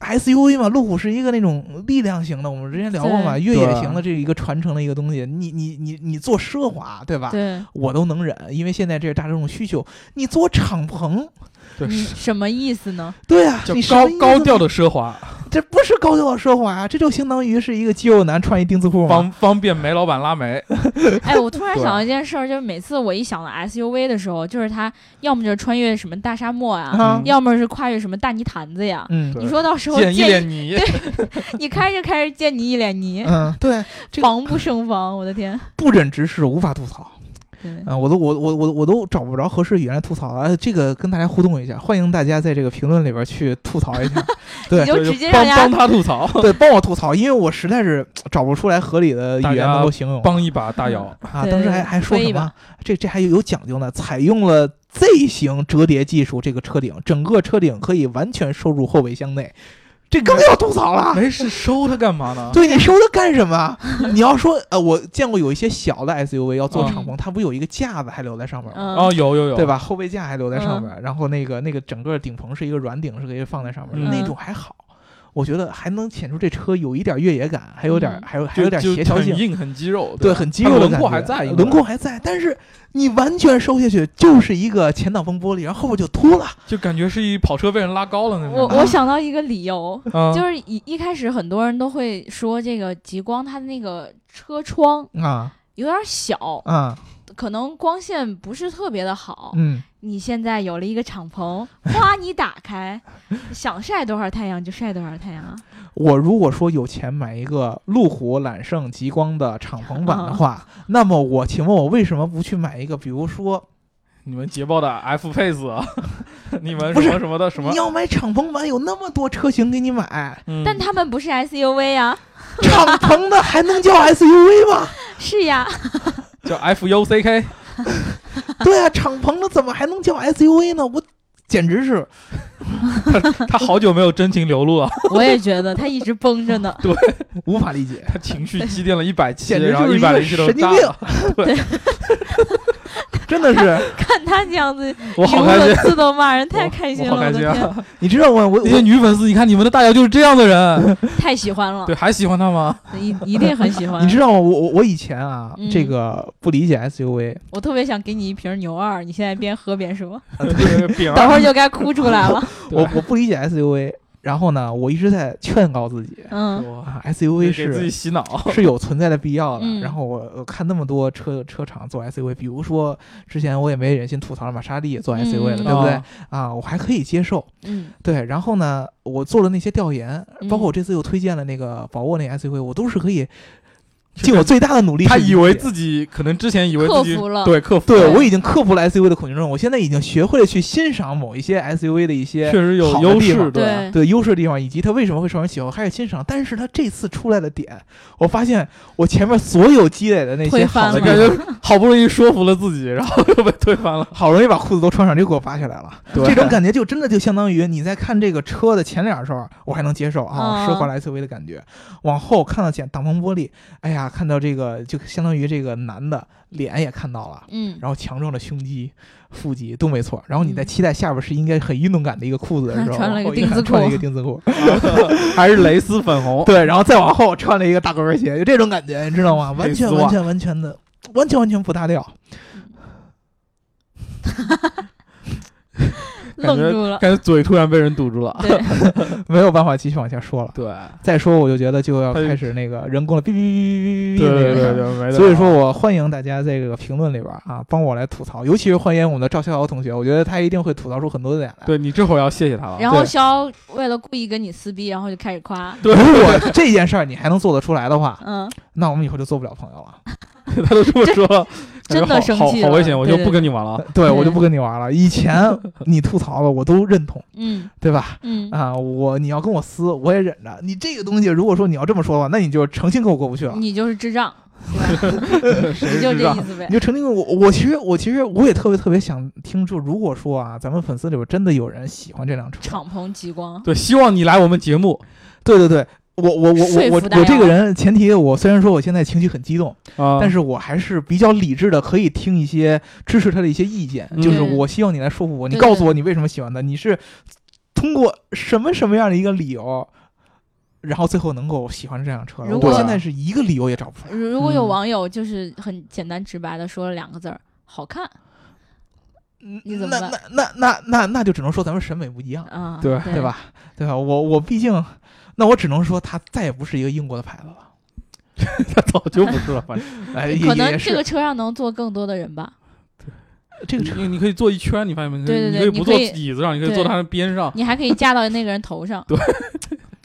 SUV 嘛，路虎是一个那种力量型的，我们之前聊过嘛，对越野型的这一个传承的一个东西，你你你你做奢华，对吧？对，我都能忍，因为现在这是大众需求。你做敞篷，对你什么意思呢？对啊，叫你高高调的，的奢华，这不是高调的奢华啊，这就相当于是一个肌肉男穿一丁字裤嘛。方方便煤老板拉煤。哎，我突然对想到一件事儿，就是每次我一想到 SUV 的时候，就是它要么就是穿越什么大沙漠呀，啊嗯，要么是跨越什么大泥潭子呀。嗯对你说到时候见见一脸泥，你开着开着 见你一脸泥，嗯，对，这个 防不胜防，我的天！不忍直视，无法吐槽。对，嗯、我都我我我我都找不着合适语言来吐槽了、啊。这个跟大家互动一下，欢迎大家在这个评论里边去吐槽一下 对你就对直接让帮人家帮他吐槽，对，帮我吐槽，因为我实在是找不出来合理的语大言家能够形容。帮一把大姚。啊，对当时还还说推什一把么？这这还有有讲究呢，采用了 Z 型折叠技术，这个车顶整个车顶可以完全收入后备箱内，这嗯更要吐槽了。没事哎收他干嘛呢？ 对 你收它干什么？ 你要说呃，我见过有一些小的 SUV 要做嗯敞篷，它不有一个架子还留在上面吗？嗯哦，有有有，对？吧？后备架还留在嗯上面，然后那个那个整个顶棚是一个软顶，是可以放在上面的，嗯那种还好。我觉得还能显出这车有一点越野感，还有点嗯还有还就有点就协调很性，硬，很肌肉，对，吧很肌肉的它轮感廓还觉在，应该轮廓还在，但是你完全收下去就是一个前挡风玻璃，然后后边就秃了。就感觉是一跑车被人拉高了那我种。我想到一个理由，嗯就是一一开始很多人都会说这个极光它的那个车窗啊有点小，啊可能光线不是特别的好。嗯，你现在有了一个敞 篷，哗，你打开，想晒多少太阳就晒多少太阳啊！我如果说有钱买一个路虎揽胜极光的敞篷版的话，那么我请问我为什么不去买一个？比如说，你们捷豹的 F Pace，啊 你们不什是么什么的什么你，要买敞篷版，有那么多车型给你买，嗯但他们不是 SUV 啊，敞篷的还能叫 SUV 吗？是 呀，叫 F U C K，对啊，敞篷的怎么还能叫 SUV 呢？我简直是他好久没有真情流露了，我也觉得它一直绷着呢。无法理解。他情绪积淀了 一百期，简直然后就是一百个零期都神经炸病了， 真的是， 看他这样子，我语好无开心伦。次都骂人，我太开心了，我好我开的心天，啊！你知道吗？我那些女粉丝，你看你们的大姚就是这样的人， 太喜欢了对，，还喜欢他 吗？ 一一定很喜欢你。知道吗？我我我以前啊，嗯这个不理解 SUV，我特别想给你一瓶牛二，你现在边喝边说，对，饼儿等会儿就该哭出来了。对啊 我我不理解 SUV。然后呢，我一直在劝告自己嗯哇啊，SUV 给自己是洗脑，是有存在的必要的。嗯然后我我看那么多车车厂做 SUV，比如说之前我也没忍心吐槽玛莎拉蒂也做 SUV 了，嗯对不对、啊啊？我还可以接受。嗯对，然后呢，我做了那些调研，包括嗯我这次又推荐了那个宝沃那 SUV，我都是可以尽我最大的努力去他理解。以为自己可能之前以为自己克服了对克服对了我已经克服了 SUV 的恐惧症，我现在已经学会了去欣赏某一些 SUV 的一些确实有好的优地势，方吧对，对优势的地方，以及它为什么会受人喜欢，我开始欣赏。但是它这次出来的点，我发现我前面所有积累的那些推翻好的地了感方，嗯觉好不容易说服了自己， 然后又被推翻了。好容易把裤子都穿上，就给我扒下来了。对这种感觉就真的就相当于你在看这个车的前脸的时候，我还能接受啊，啊奢华的 SUV 的感觉。往后看到前挡风玻璃，哎呀，看到这个就相当于这个男的脸也看到了。嗯，然后强壮的胸肌、腹肌都没错。然后你在嗯期待下边是应该很运动感的一个裤子的时候， 穿了一个往后看丁字穿了裤一个丁字裤， 还是蕾丝 粉红，对，然后再往后穿了一个大高跟鞋，就这种感觉，你知道吗？完丝全袜完全完全的，完全完全不搭调。愣住了。感觉嘴突然被人堵住了。对，没有办法继续往下说了，对，再说我就觉得就要他就开始那个人工了，哔哔哔哔哔哔哔对那个对对事儿。对，没得所以了说我欢迎大家在这个评论里边啊，帮我来吐槽，尤其是欢迎我们的赵逍遥同学，我觉得他一定会吐槽出很多的点来。对你这会儿要谢谢他了。然后对肖为了故意跟你撕逼，然后就开始夸，对，如果这件事儿你还能做得出来的话，嗯，那我们以后就做不了朋友了。 他都这么说了， 真真的感觉好生气好好了危险，我就对对不跟你玩了。对我就对不跟你玩了。以前你吐槽了，我都认同，嗯对吧？嗯，啊，我你要跟我撕，我也忍着。你这个东西，如果说你要这么说的话，那你就诚心跟我过不去了。你就是智障，对吧谁你知就这道意？思呗你。就诚心跟我，我其实我其实我也特别特别想听，就如果说啊，咱们粉丝里边真的有人喜欢这辆车，敞篷极光，对，希望你来我们节目对对对，我我我我说服我大我这家个人，前提我虽然说我现在情绪很激动， 啊，但是我还是比较理智的，可以听一些支持他的一些意见，嗯就是对我希望你来说服我，你对告诉我你为什么喜欢他，你是通过什么什么样的一个理由，然后最后能够喜欢这辆车了。如我果现在是一个理由也找不出来。如如果有嗯网友就是很简单直白的说了两个字儿，好看你怎么那那那那那那就只能说咱们审美不一样，啊，对对？吧？对吧？我我毕竟，那我只能说它再也不是一个英国的牌子了。他早就不是了， 反正哎，也嗯可能也这是个嗯车上能坐更多的人吧。这个车，你你可以坐一圈，你发现没？对对你对可以你不可坐以椅子上，你可以坐对他的边上。你还可以架到那个人头上，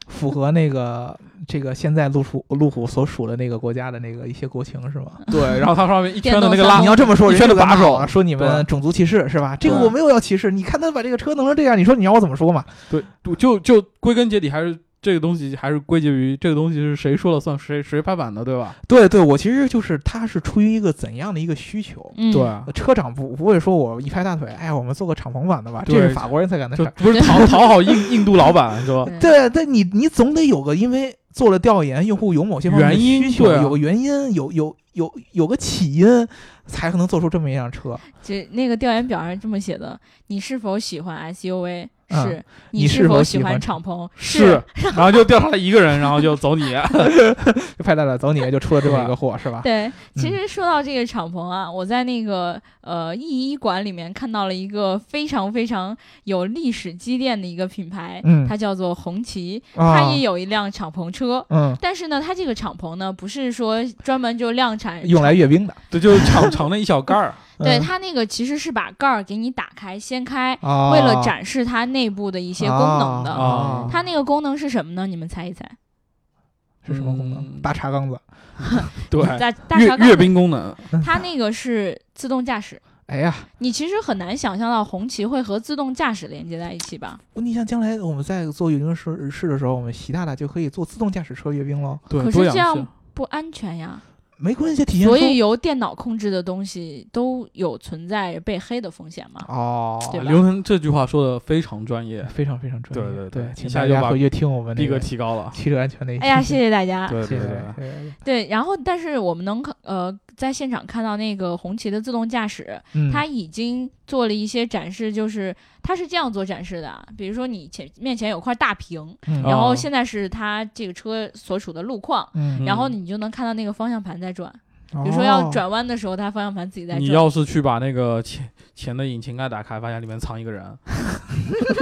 符合那个这个现在路虎路虎所属的那个国家的那个一些国情是吗？对，然后它上面一圈的那个电动三轮拉啊你要这么说，一人圈家就的敢把手骂了说你们对种族歧视是吧？这个对我没有要歧视，你看他把这个车弄成这样，你说你让我怎么说嘛？对，就就归根结底还是这个东西还是归结于这个东西是谁说了算，谁谁拍板的，对吧？对对，我其实就是他是出于一个怎样的一个需求？嗯，啊车厂不不会说我一拍大腿，哎，我们做个敞篷版的吧，这对是法国人才干的事就儿。不是 讨讨好印印度老板是吧？哦对，但你你总得有个，因为做了调研，用户有某些方面的原因需求，对啊有个原因，有有有有个起因，才可能做出这么一辆车。这那个调研表上这么写的：你是否喜欢 SUV？嗯是。你是是否喜喜欢欢敞篷？是，然后就调查了一个人，然后就走 你， 就拍大腿走你就出了这么一个货是吧？对，其嗯实说到这个敞篷啊，我在那个呃艺一馆里面看到了一个非常非常有历史积淀的一个品牌，嗯它叫做红旗，它啊也，有一辆敞篷车。嗯，但是呢，它这个敞篷呢，不是说专门就量产用来阅兵的。对，就是敞长了一小 盖儿，对嗯它那个其实是把盖儿给你打开、掀开，啊，为了展示它内部的一一些功哦能的。嗯啊它那个功能是什么呢？你们猜一猜？是什么功能？嗯大茶缸子。对，大大阅茶缸阅，兵功能，它那个是自动驾驶。哎呀，你其实很难想象到红旗会和自动驾驶连接在一起吧？你像将来我们在做阅兵试试的时候，我们习大大就可以做自动驾驶车阅兵喽。对，可是多样这样性不安全呀，没关系，体现出所以由电脑控制的东西都有存在被黑的风险嘛。哦，对吧刘能这句话说的非常专业，非常非常专业。对对对对，请一下大就家把回去听我们那逼格个提高了。汽车安全的一期。哎 呀，谢谢大家。对谢对谢对，谢谢。对，然后但是我们能看呃在现场看到那个红旗的自动驾驶，嗯，它已经做了一些展示，就是它是这样做展示的啊，比如说你前面前有块大屏，嗯然后哦现在是它这个车所处的路况，嗯，然后你就能看到那个方向盘在转，比比如说要转弯的时候，它方向盘自己在你转。要是去把那个前前的引擎盖打开，发现里面藏一个人，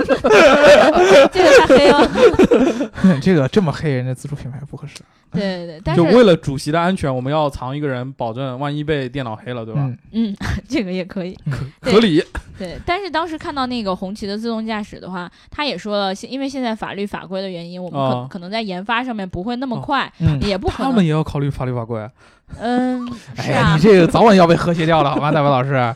这个太黑了。哦这个这么黑，人家自主品牌不合适，对对对，但是就为了主席的安全，我们要藏一个人，保证万一被电脑黑了，对对吧？？嗯， 这个也可以。对合理。对，但是当时看到那个红旗的自动驾驶的话，他也说了，现因为现在法律法规的原因，我们可、哦可能在研发上面不会那么哦快， 嗯，也不可他能们也要考虑法律法规。嗯，哎是呀，啊你，这个早晚要被和谐掉的，好吗，大白老师？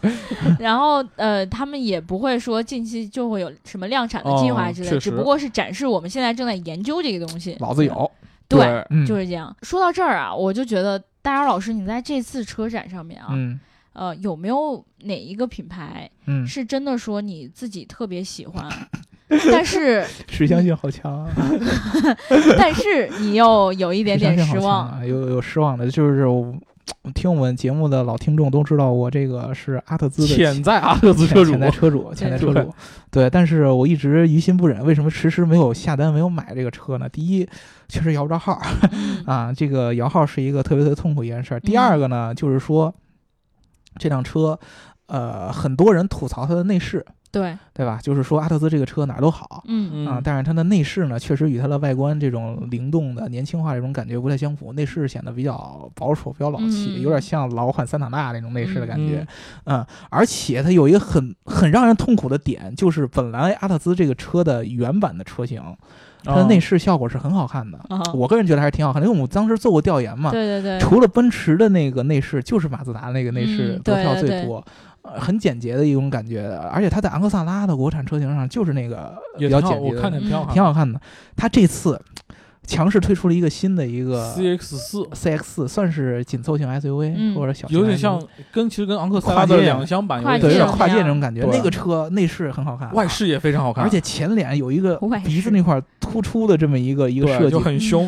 然后呃，他们也不会说近期就会有什么量产的计划哦之类的，确只实不过是展示我们现在正在研究这个东西。老子有，对，对嗯，就是这样。说到这儿啊，我就觉得大姚老师，你在这次车展上面啊，嗯呃，有没有哪一个品牌嗯，是真的说你自己特别喜欢， 但是水向性好强 啊，但是你又有一点水向点性好失强 望？啊，有有失望的，就是我听我们节目的老听众都知道，我这个是阿特兹的潜在阿特兹前车主潜，在 车主，潜在车主，对，但是我一直于心不忍，为什么迟迟没有下单，没有买这个车呢？第一，确实摇不着号儿嗯啊，这个摇号是一个特别特别痛苦一件事儿。第二个呢，就是说这辆车，呃，很多人吐槽它的内饰，对，对吧？就是说阿特兹这个车哪儿都好。嗯啊嗯，但是它的内饰呢，确实与它的外观这种灵动的年轻化这种感觉不太相符。内饰显得比较保守，比较老气，嗯有点像老款桑塔纳那种内饰的感觉。嗯嗯，而且它有一个很很让人痛苦的点，就是本来阿特兹这个车的原版的车型，它哦的内嗯饰效果是很好看的。啊，我个人觉得还是挺好看的，因为我们当时做过调研嘛，对对对，除了奔驰的那个内饰，就是马自达的那个内饰嗯得票对最对多。呃，很简洁的一种感觉，而且它在昂克萨拉的国产车型上就是那个比也较挺简好，洁我的嗯看着挺好看挺的。好看的。它这次强势推出了一个新的一个 CX 四 CX，算是紧凑型 SUV、嗯或者小型 SUV，有点像跟其实跟昂克赛跨拉的界两厢版有跨点对，有界点的像，跨界那种感觉。对那个车内饰很好看，啊外饰也非常好看，而且前脸有一个哦外鼻子饰那块儿突出的这么一个一个对设就计，嗯很凶。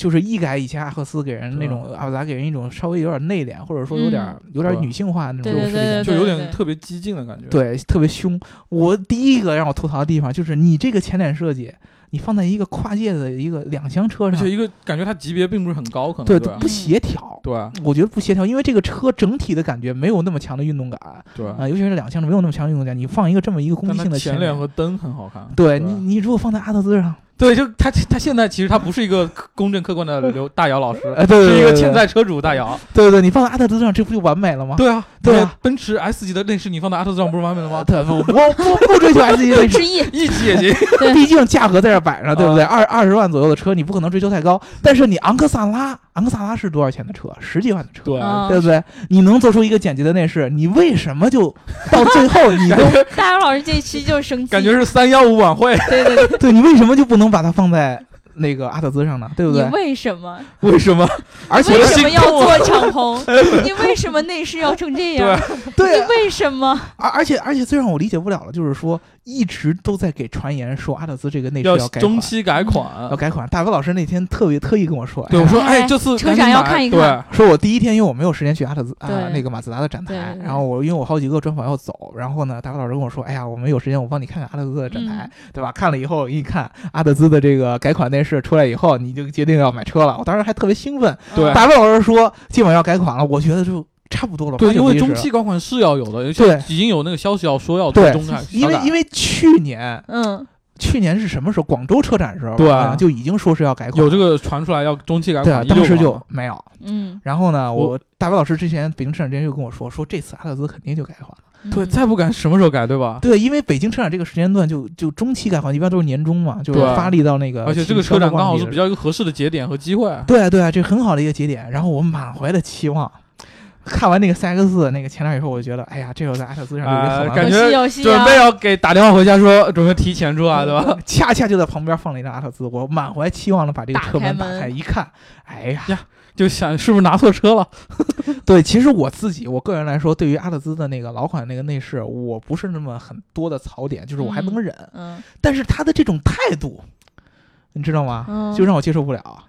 就是一改以前阿克斯给人那对种阿布达给人一种稍微有点内敛，或者说有点、有点对女性化那种这对嗯对种设计对感觉。就有点对特别激进的感觉。，对，特别凶。我第一个让我吐槽的地方就是你这个前脸设计，你放在一个跨界的一个两厢车而且上，一个感觉它级别并不是很高，可能嗯对，对不协调。对我觉得不协调，因为这个车整体的感觉没有那么强的运动感啊、对，尤其是两厢的没有那么强的运动感。你放一个这么一个攻但击性它的前脸脸和灯很好看。对啊对你，你如果放在阿特兹上，对，就他他现在其实他不是一个公正客观的刘大姚老师，呃哎，对对对，是一个对欠，债车主大姚。对对对，你放在阿特兹上，这不就完美了吗？对啊，对啊你看奔驰 S 级的内饰你放到阿特兹上不是完美了吗？对，我我 不不追求 S 级内饰，之一， 一级也行，毕竟价格在这摆着，对不对？二二十万左右的车，你不可能追求太高。但是你昂克萨拉，昂克萨拉是多少钱的车？十几万的车，对 嗯对不啊对？你能做出一个简洁的内饰，你为什么就到最后你都 大姚老师这期就生气，感觉是三幺五晚会，对对对，对你为什么就不能把它放在那个阿特兹上呢？对不你对？为什么？ 为 什么？而且为什么要做敞 篷？你为什么内饰要成这样？啊对啊你，为什么？而而且而且最让我理解不了的就是说，一直都在给传言说阿特兹这个内饰要改中款，嗯期改要款，改款。大伟老师那天特别特意跟我说，对我说，哎哎，这次车赶紧展要买看一对看说我第一天，因为我没有时间去阿特兹啊、对那个马自达的展台对，对然后我因为我好几个专访要走，然后呢，大伟老师跟我说，哎呀，我们有时间我帮你看看阿特兹的展台，嗯对吧？看了以后一看阿特兹的这个改款内饰出来以后，你就决定要买车了。我当时还特别兴奋，对大伟老师说今晚要改款了，我觉得就差不多了，八对，九因不为离十中了期改款是要有的，而对且已经有那个消息要说要对中改，因为因为为去年嗯，去年是什么时候？广州车展的时候，对啊好像就已经说是要改款，有这个传出来要中期改对啊，款，当时16就嘛没有。嗯，然后呢，我我大白老师之前北京车展之前就跟我说，说这次阿特兹肯定就改款了。嗯对，嗯再不改什么时候改对吧？对，因为北京车展这个时间段就就中期改款，一般都是年终嘛，就是对啊发力到那个，而且这个车展刚好是比较。较一个合适的节点和机会。对啊，对啊，这很好的一个节点。然后我满怀的期望，看完那个 CX 那个前脸以后，我就觉得，哎呀，这又在阿特兹上有一个好哎玩的感有觉戏有戏准啊嗯备要给打电话回家说准备提前出来对吧？ 恰恰就在旁边放了一辆阿特兹，我满怀期望的把这个打车门开打门开，一看，哎呀，就想是不是拿错车嗯了？对，其实我自己，我个人来说，对于阿特兹的那个老款那个内饰，我不是那么很多的槽点，就是我还能忍，嗯但是他的这种态度，你知道吗？嗯就让我接受不了。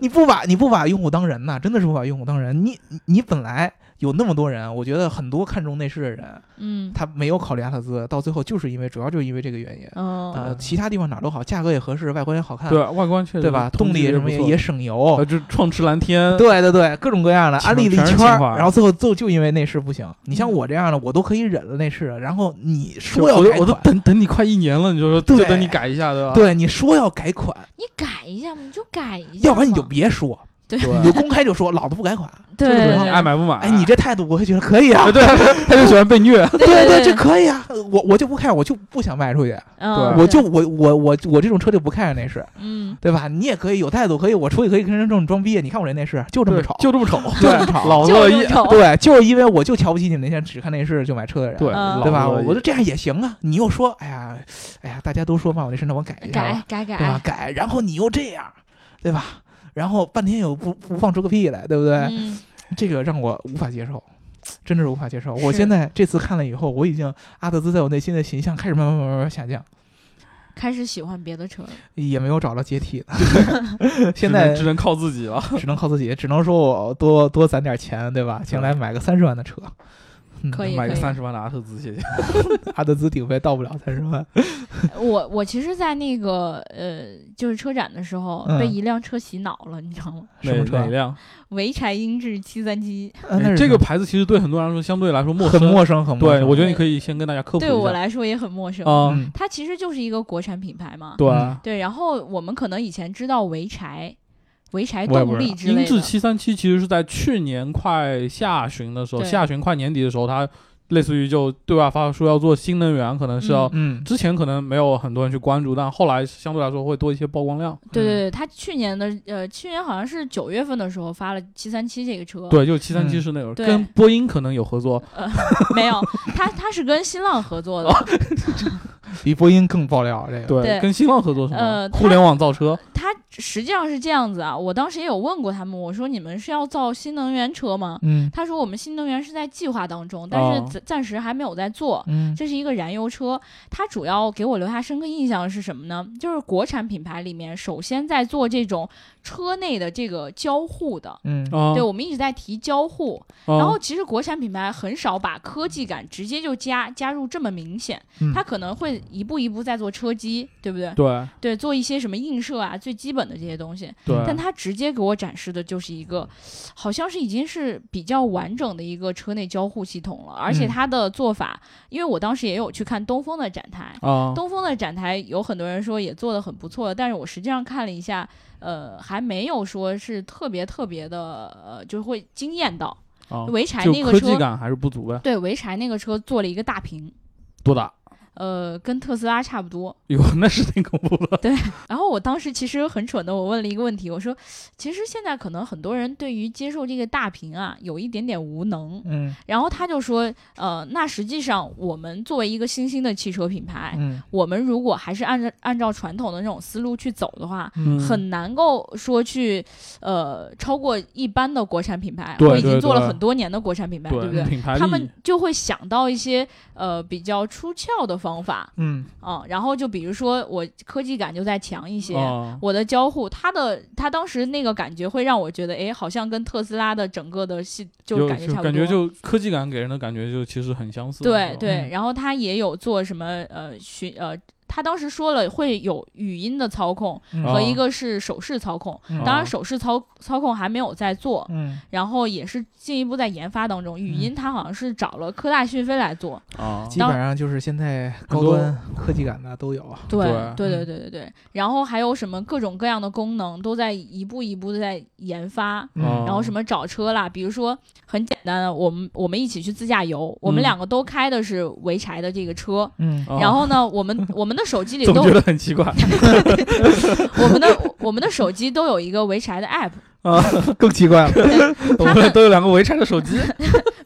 你不把你不把用户当人呐，真的是不把用户当人。你你你本来有那么多人，我觉得很多看重内饰的人，嗯他没有考虑阿特兹，到最后就是因为主要就是因为这个原因。嗯，呃，其他地方哪儿都好，价格也合适，外观也好看，对，外观确实对吧？同动级力什么也也不错也省油，呃，就创驰蓝天，对对对，各种各样的情安利了全一是圈情儿，话然后最后就就因为内饰不行。你像我这样的，我都可以忍了内饰，然后你就说要我都改我都款，等等你快一年了，你就说对就等你改一下，对吧？对你说要改款，你改一下嘛，你就改一下嘛，要不然你就别说，对啊你就公开就说老子不改款。对就是对你对爱买不买？哎，你这态度我会觉得可以啊啊，，对，他就喜欢被 虐。对对对，这可以啊，呃我我就不看，我就不想卖出去，嗯我就我我我我这种车就不看内饰，嗯对吧？你也可以有态度，可以我出去可以跟人这么装逼，你看我这内饰就这么对丑，就这么丑，就这么丑，老就乐这么意，丑啊对，就是因为我就瞧不起你们那些只看内饰就买车的人，对嗯对吧？老我乐意觉得这样也行啊。你又说，哎呀，哎呀，大家都说嘛，我这身材我改一下改吧，改对吧改？，改，然后你又这样，对吧？然后半天又不不放出个屁来，对不对？嗯这个让我无法接受，真的是无法接受。我是现在这次看了以后，我已经阿德兹在我内心的形象开始慢慢慢慢慢慢下降，开始喜欢别的车了，也没有找到接 替的。只现能在只能靠自己了。只能靠自己，只能说我多多攒点钱，对吧？将来买个三十万的车。嗯可以买个可以三十万的阿特 兹，谢谢。阿德兹顶配到不了三十万，我我其实，在那个呃，就是车展的时候，嗯被一辆车洗脑了，你知道吗？什么哪车哪？辆？潍柴英致七三七，啊那是哎这什个么牌子其实对很多人来说相对来说陌很生。陌生，很陌生。对，我觉得你可以先跟大家科普一对下。我来说也很陌生。啊，嗯，它其实就是一个国产品牌嘛。对，啊嗯对，然后我们可能以前知道潍柴、潍柴我也不动知力道之类英的致，七三七其实是在去年快下旬的时候，对下旬快年底的时候，它类似于就对外发说要做新能源，可能是要、嗯，之前可能没有很多人去关注，但后来相对来说会多一些曝光量。对对对，它去年的呃，去年好像是九月份的时候发了七三七这个车，对，就是七三七嗯是那种对跟波音可能有合作，没有，它它是跟新浪合作的，哦比波音更爆料这个。对，对跟新浪合作什么、呃它互联网造车，它实际上是这样子啊。我当时也有问过他们，我说你们是要造新能源车吗？嗯他说我们新能源是在计划当中，但哦是暂暂时还没有在做。嗯这是一个燃油车，它主要给我留下深刻印象是什么呢？就是国产品牌里面，首先在做这种车内的这个交互的。嗯啊，对，我们一直在提交互，哦啊然后其实国产品牌很少把科技感直接就加加入这么明显，嗯它可能会一步一步在做车机，对不对？嗯对对，做一些什么映射啊，最基本本的这些东嗯西，对，但他直接给我展示的就是一个，好像是已经是比较完整的一个车内交互系统了，而且嗯他的做法，因为我当时也有去看东风的展台，哦啊，东风的展台有很多人说也做得很不错，但是我实际上看了一下，呃，还没有说是特别特别的，呃，就会惊艳到。啊潍柴就那个科技车，感还是不足呗，对潍柴那个车做了一个大屏，多大？呃，跟特斯拉差不多。哟，那是挺恐怖的。然后我当时其实很蠢的，我问了一个问题，我说，其实现在可能很多人对于接受这个大屏啊，有一点点无能。嗯然后他就说，呃，那实际上我们作为一个新兴的汽车品牌，嗯我们如果还是按照按照传统的那种思路去走的话，嗯很难够说去呃超过一般的国产品牌，对我已经对做了对很多年的国产品牌，不对？嗯品牌他力们就会想到一些呃比较出窍的方法嗯啊、然后就比如说我科技感就再强一些。啊，我的交互，它的它当时那个感觉会让我觉得，哎，好像跟特斯拉的整个的系就有感觉差不多，感觉就科技感给人的感觉就其实很相似。是对吧对嗯。然后它也有做什么呃寻呃，它当时说了会有语音的操控嗯和啊一个是手势操控，嗯当啊然手势操操控还没有在做，嗯然后也是进一步在研发当中。语嗯音它好像是找了科大讯飞来做，啊，基本上就是现在高端科技感的都有啊。对对对对嗯对对对。然后还有什么各种各样的功能都在一步一步的在研发。哦嗯然后什么找车啦，比如说很简单的，我们我们一起去自驾游，我们嗯两个都开的是潍柴的这个车， 嗯啊然后呢，我 们我们的手机里总都觉得很 奇怪我们的我们的手机都有一个潍柴的 app，啊，更奇怪了，我他们们都有两个潍柴的手 机，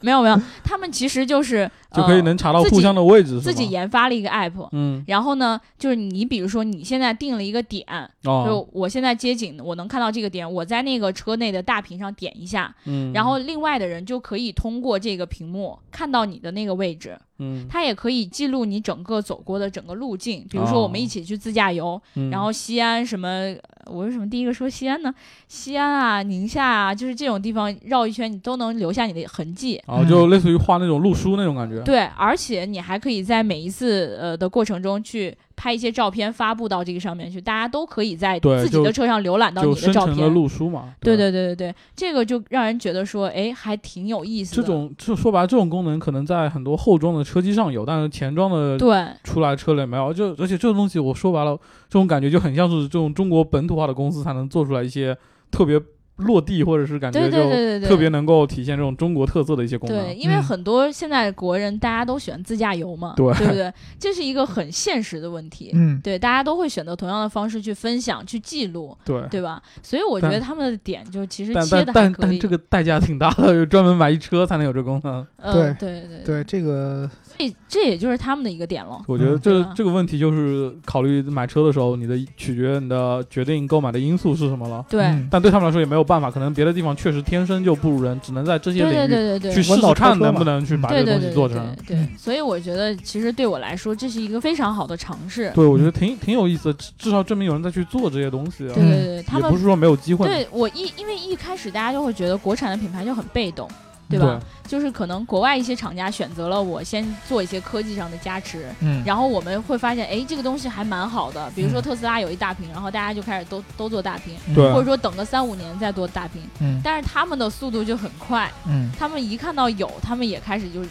没有没有，他们其实就是就可以能查到互相的位置，呃、是自己吗研发了一个 app。嗯然后呢，就是你比如说你现在定了一个点，哦就我现在接警，我能看到这个点，我在那个车内的大屏上点一下，嗯，然后另外的人就可以通过这个屏幕看到你的那个位置，嗯，它也可以记录你整个走过的整个路径。比如说我们哦一起去自驾游，嗯然后西安什么，呃我为什么第一个说西安呢？西安啊，宁夏啊，就是这种地方绕一圈，你都能留下你的痕迹。哦，就类似于画那种路书那种感觉。对，而且你还可以在每一次呃的过程中去拍一些照片，发布到这个上面去，大家都可以在对自己的车上浏览到你就的生照成了片。路书嘛，对吧对对对对，这个就让人觉得说，哎，还挺有意思这的。种就说白了，这种功能可能在很多后装的车机上有，但是前装的对出来车里没有。就而且这种东西，我说白了，这种感觉就很像是这种中国本土化的公司才能做出来一些特别落地，或者是感对觉对就对对对，特别能够体现这种啊中国特色的一些功对，能。因为嗯很多现在国人大家都选自驾游嘛，对对不对？这是一个很现实的问题。嗯对，大家都会选择同样的方式去分享、去记录，对，对吧？所以我觉得但他们的点就其实但切但的还但可但以这。个代价挺大的，就专门买一车才能有这功能。嗯，对对对对这个，所以这也就是他们的一个点了。我觉得嗯这、对啊这个问题就是考虑买车的时候，你的取决你的决定购买的因素是什么了。对，嗯但对他们来说也没有办法，可能别的地方确实天生就不如人，只能在这些对对领域对对对，去试弯道试超看车能不嘛能去把对这对个东西对做对成。嗯对对，所以我觉得其实对我来说，这是一个非常好的尝试。对，我觉得挺挺有意思的，至至少证明有人在去做这些东西啊，对对对，他也们不是说没有机会。对我一因为一开始大家就会觉得国产的品牌就很被动，对对吧？就是可能国外一些厂家选择了我先做一些科技上的加持，嗯然后我们会发现，哎，这个东西还蛮好的。比如嗯说啊特斯拉有一大屏，然后大家就开始都都做大屏，对或者说等个三五年再做大屏。嗯但是他们的速度就很快，嗯他们一看到有，他们也开始就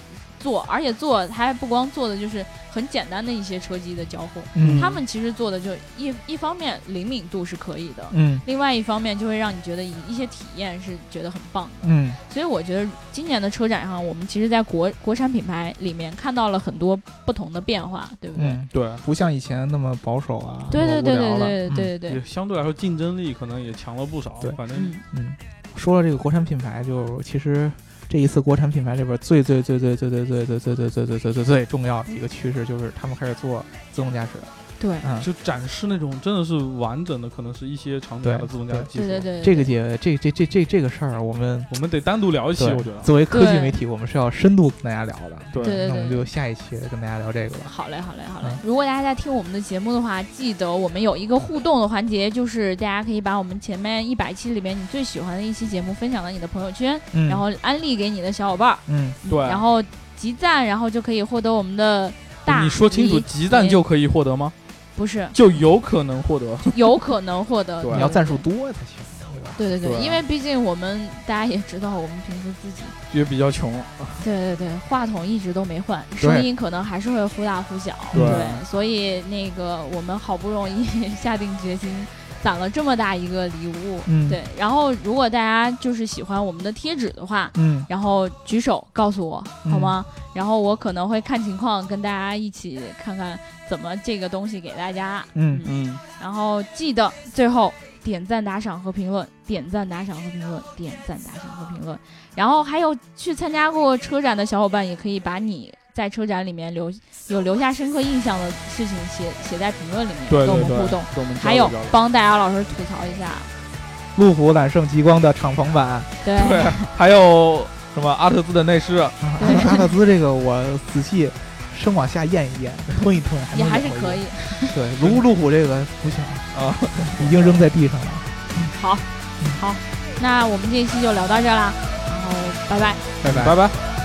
做，而且做还不光做的就是很简单的一些车机的交互。嗯他们其实做的就一一方面灵敏度是可以的，嗯另外一方面就会让你觉得一一些体验是觉得很棒的。嗯所以我觉得今年的车展上，我们其实在国国产品牌里面看到了很多不同的变化，对不对？嗯，对，不像以前那么保守啊，对对那对么无聊了嗯对对对对也对，相对来说竞争力可能也强了不少。对反正嗯，嗯，说了这个国产品牌，就其实这一次国产品牌里边最最最最最最最最最最最最最最最重要的一个趋势，就是他们开始做自动驾驶。对啊嗯，就展示那种真的是完整的，可能是一些场景下的对自动驾驶技术。对对对，这个姐，这这这这这个事儿，我们我们得单独聊一期，对我觉得。作为科技对媒体，我们是要深度跟大家聊的。对对那我们就下一期跟大家聊这个吧。好嘞，好嘞，好嘞嗯！如果大家在听我们的节目的话，记得我们有一个互动的环节，就是大家可以把我们前面一百期里面你最喜欢的一期节目分享到你的朋友圈，嗯，然后安利给你的小伙伴儿，嗯，对然后集赞，然后就可以获得我们的大你说清楚，礼集赞就可以获得吗？不是就有可能获 得。有可能获得。对嗯你要赞数多才行，对吧？对对对，对啊因为毕竟我们大家也知道，我们平时自己也比较穷，对对对，话筒一直都没换，声音可能还是会忽大忽小。对所以那个我们好不容易 下定决心，攒了这么大一个礼物。嗯对，然后如果大家就是喜欢我们的贴纸的话，嗯，然后举手告诉我嗯好吗？然后我可能会看情况跟大家一起看看怎么这个东西给大家。嗯嗯，然后记得最后点赞、打赏和评论，点赞、打赏和评论，点赞、打赏和评论。然后还有去参加过车展的小伙伴，也可以把你在车展里面留有留下深刻印象的事情写写在评论里面，对跟我对们对，互动。跟我们交流还有交流帮大姚老师吐槽一下，路虎揽胜极光的敞篷版，对对，还有什么阿特兹的内饰，啊阿特阿特兹这个我仔细深往下咽一咽，吞一吞，也能还是咬一可咬以。。对，如路虎这个不行啊，已经扔在地上了。好，好，那我们这一期就聊到这儿啦，然后拜拜。拜拜拜拜。拜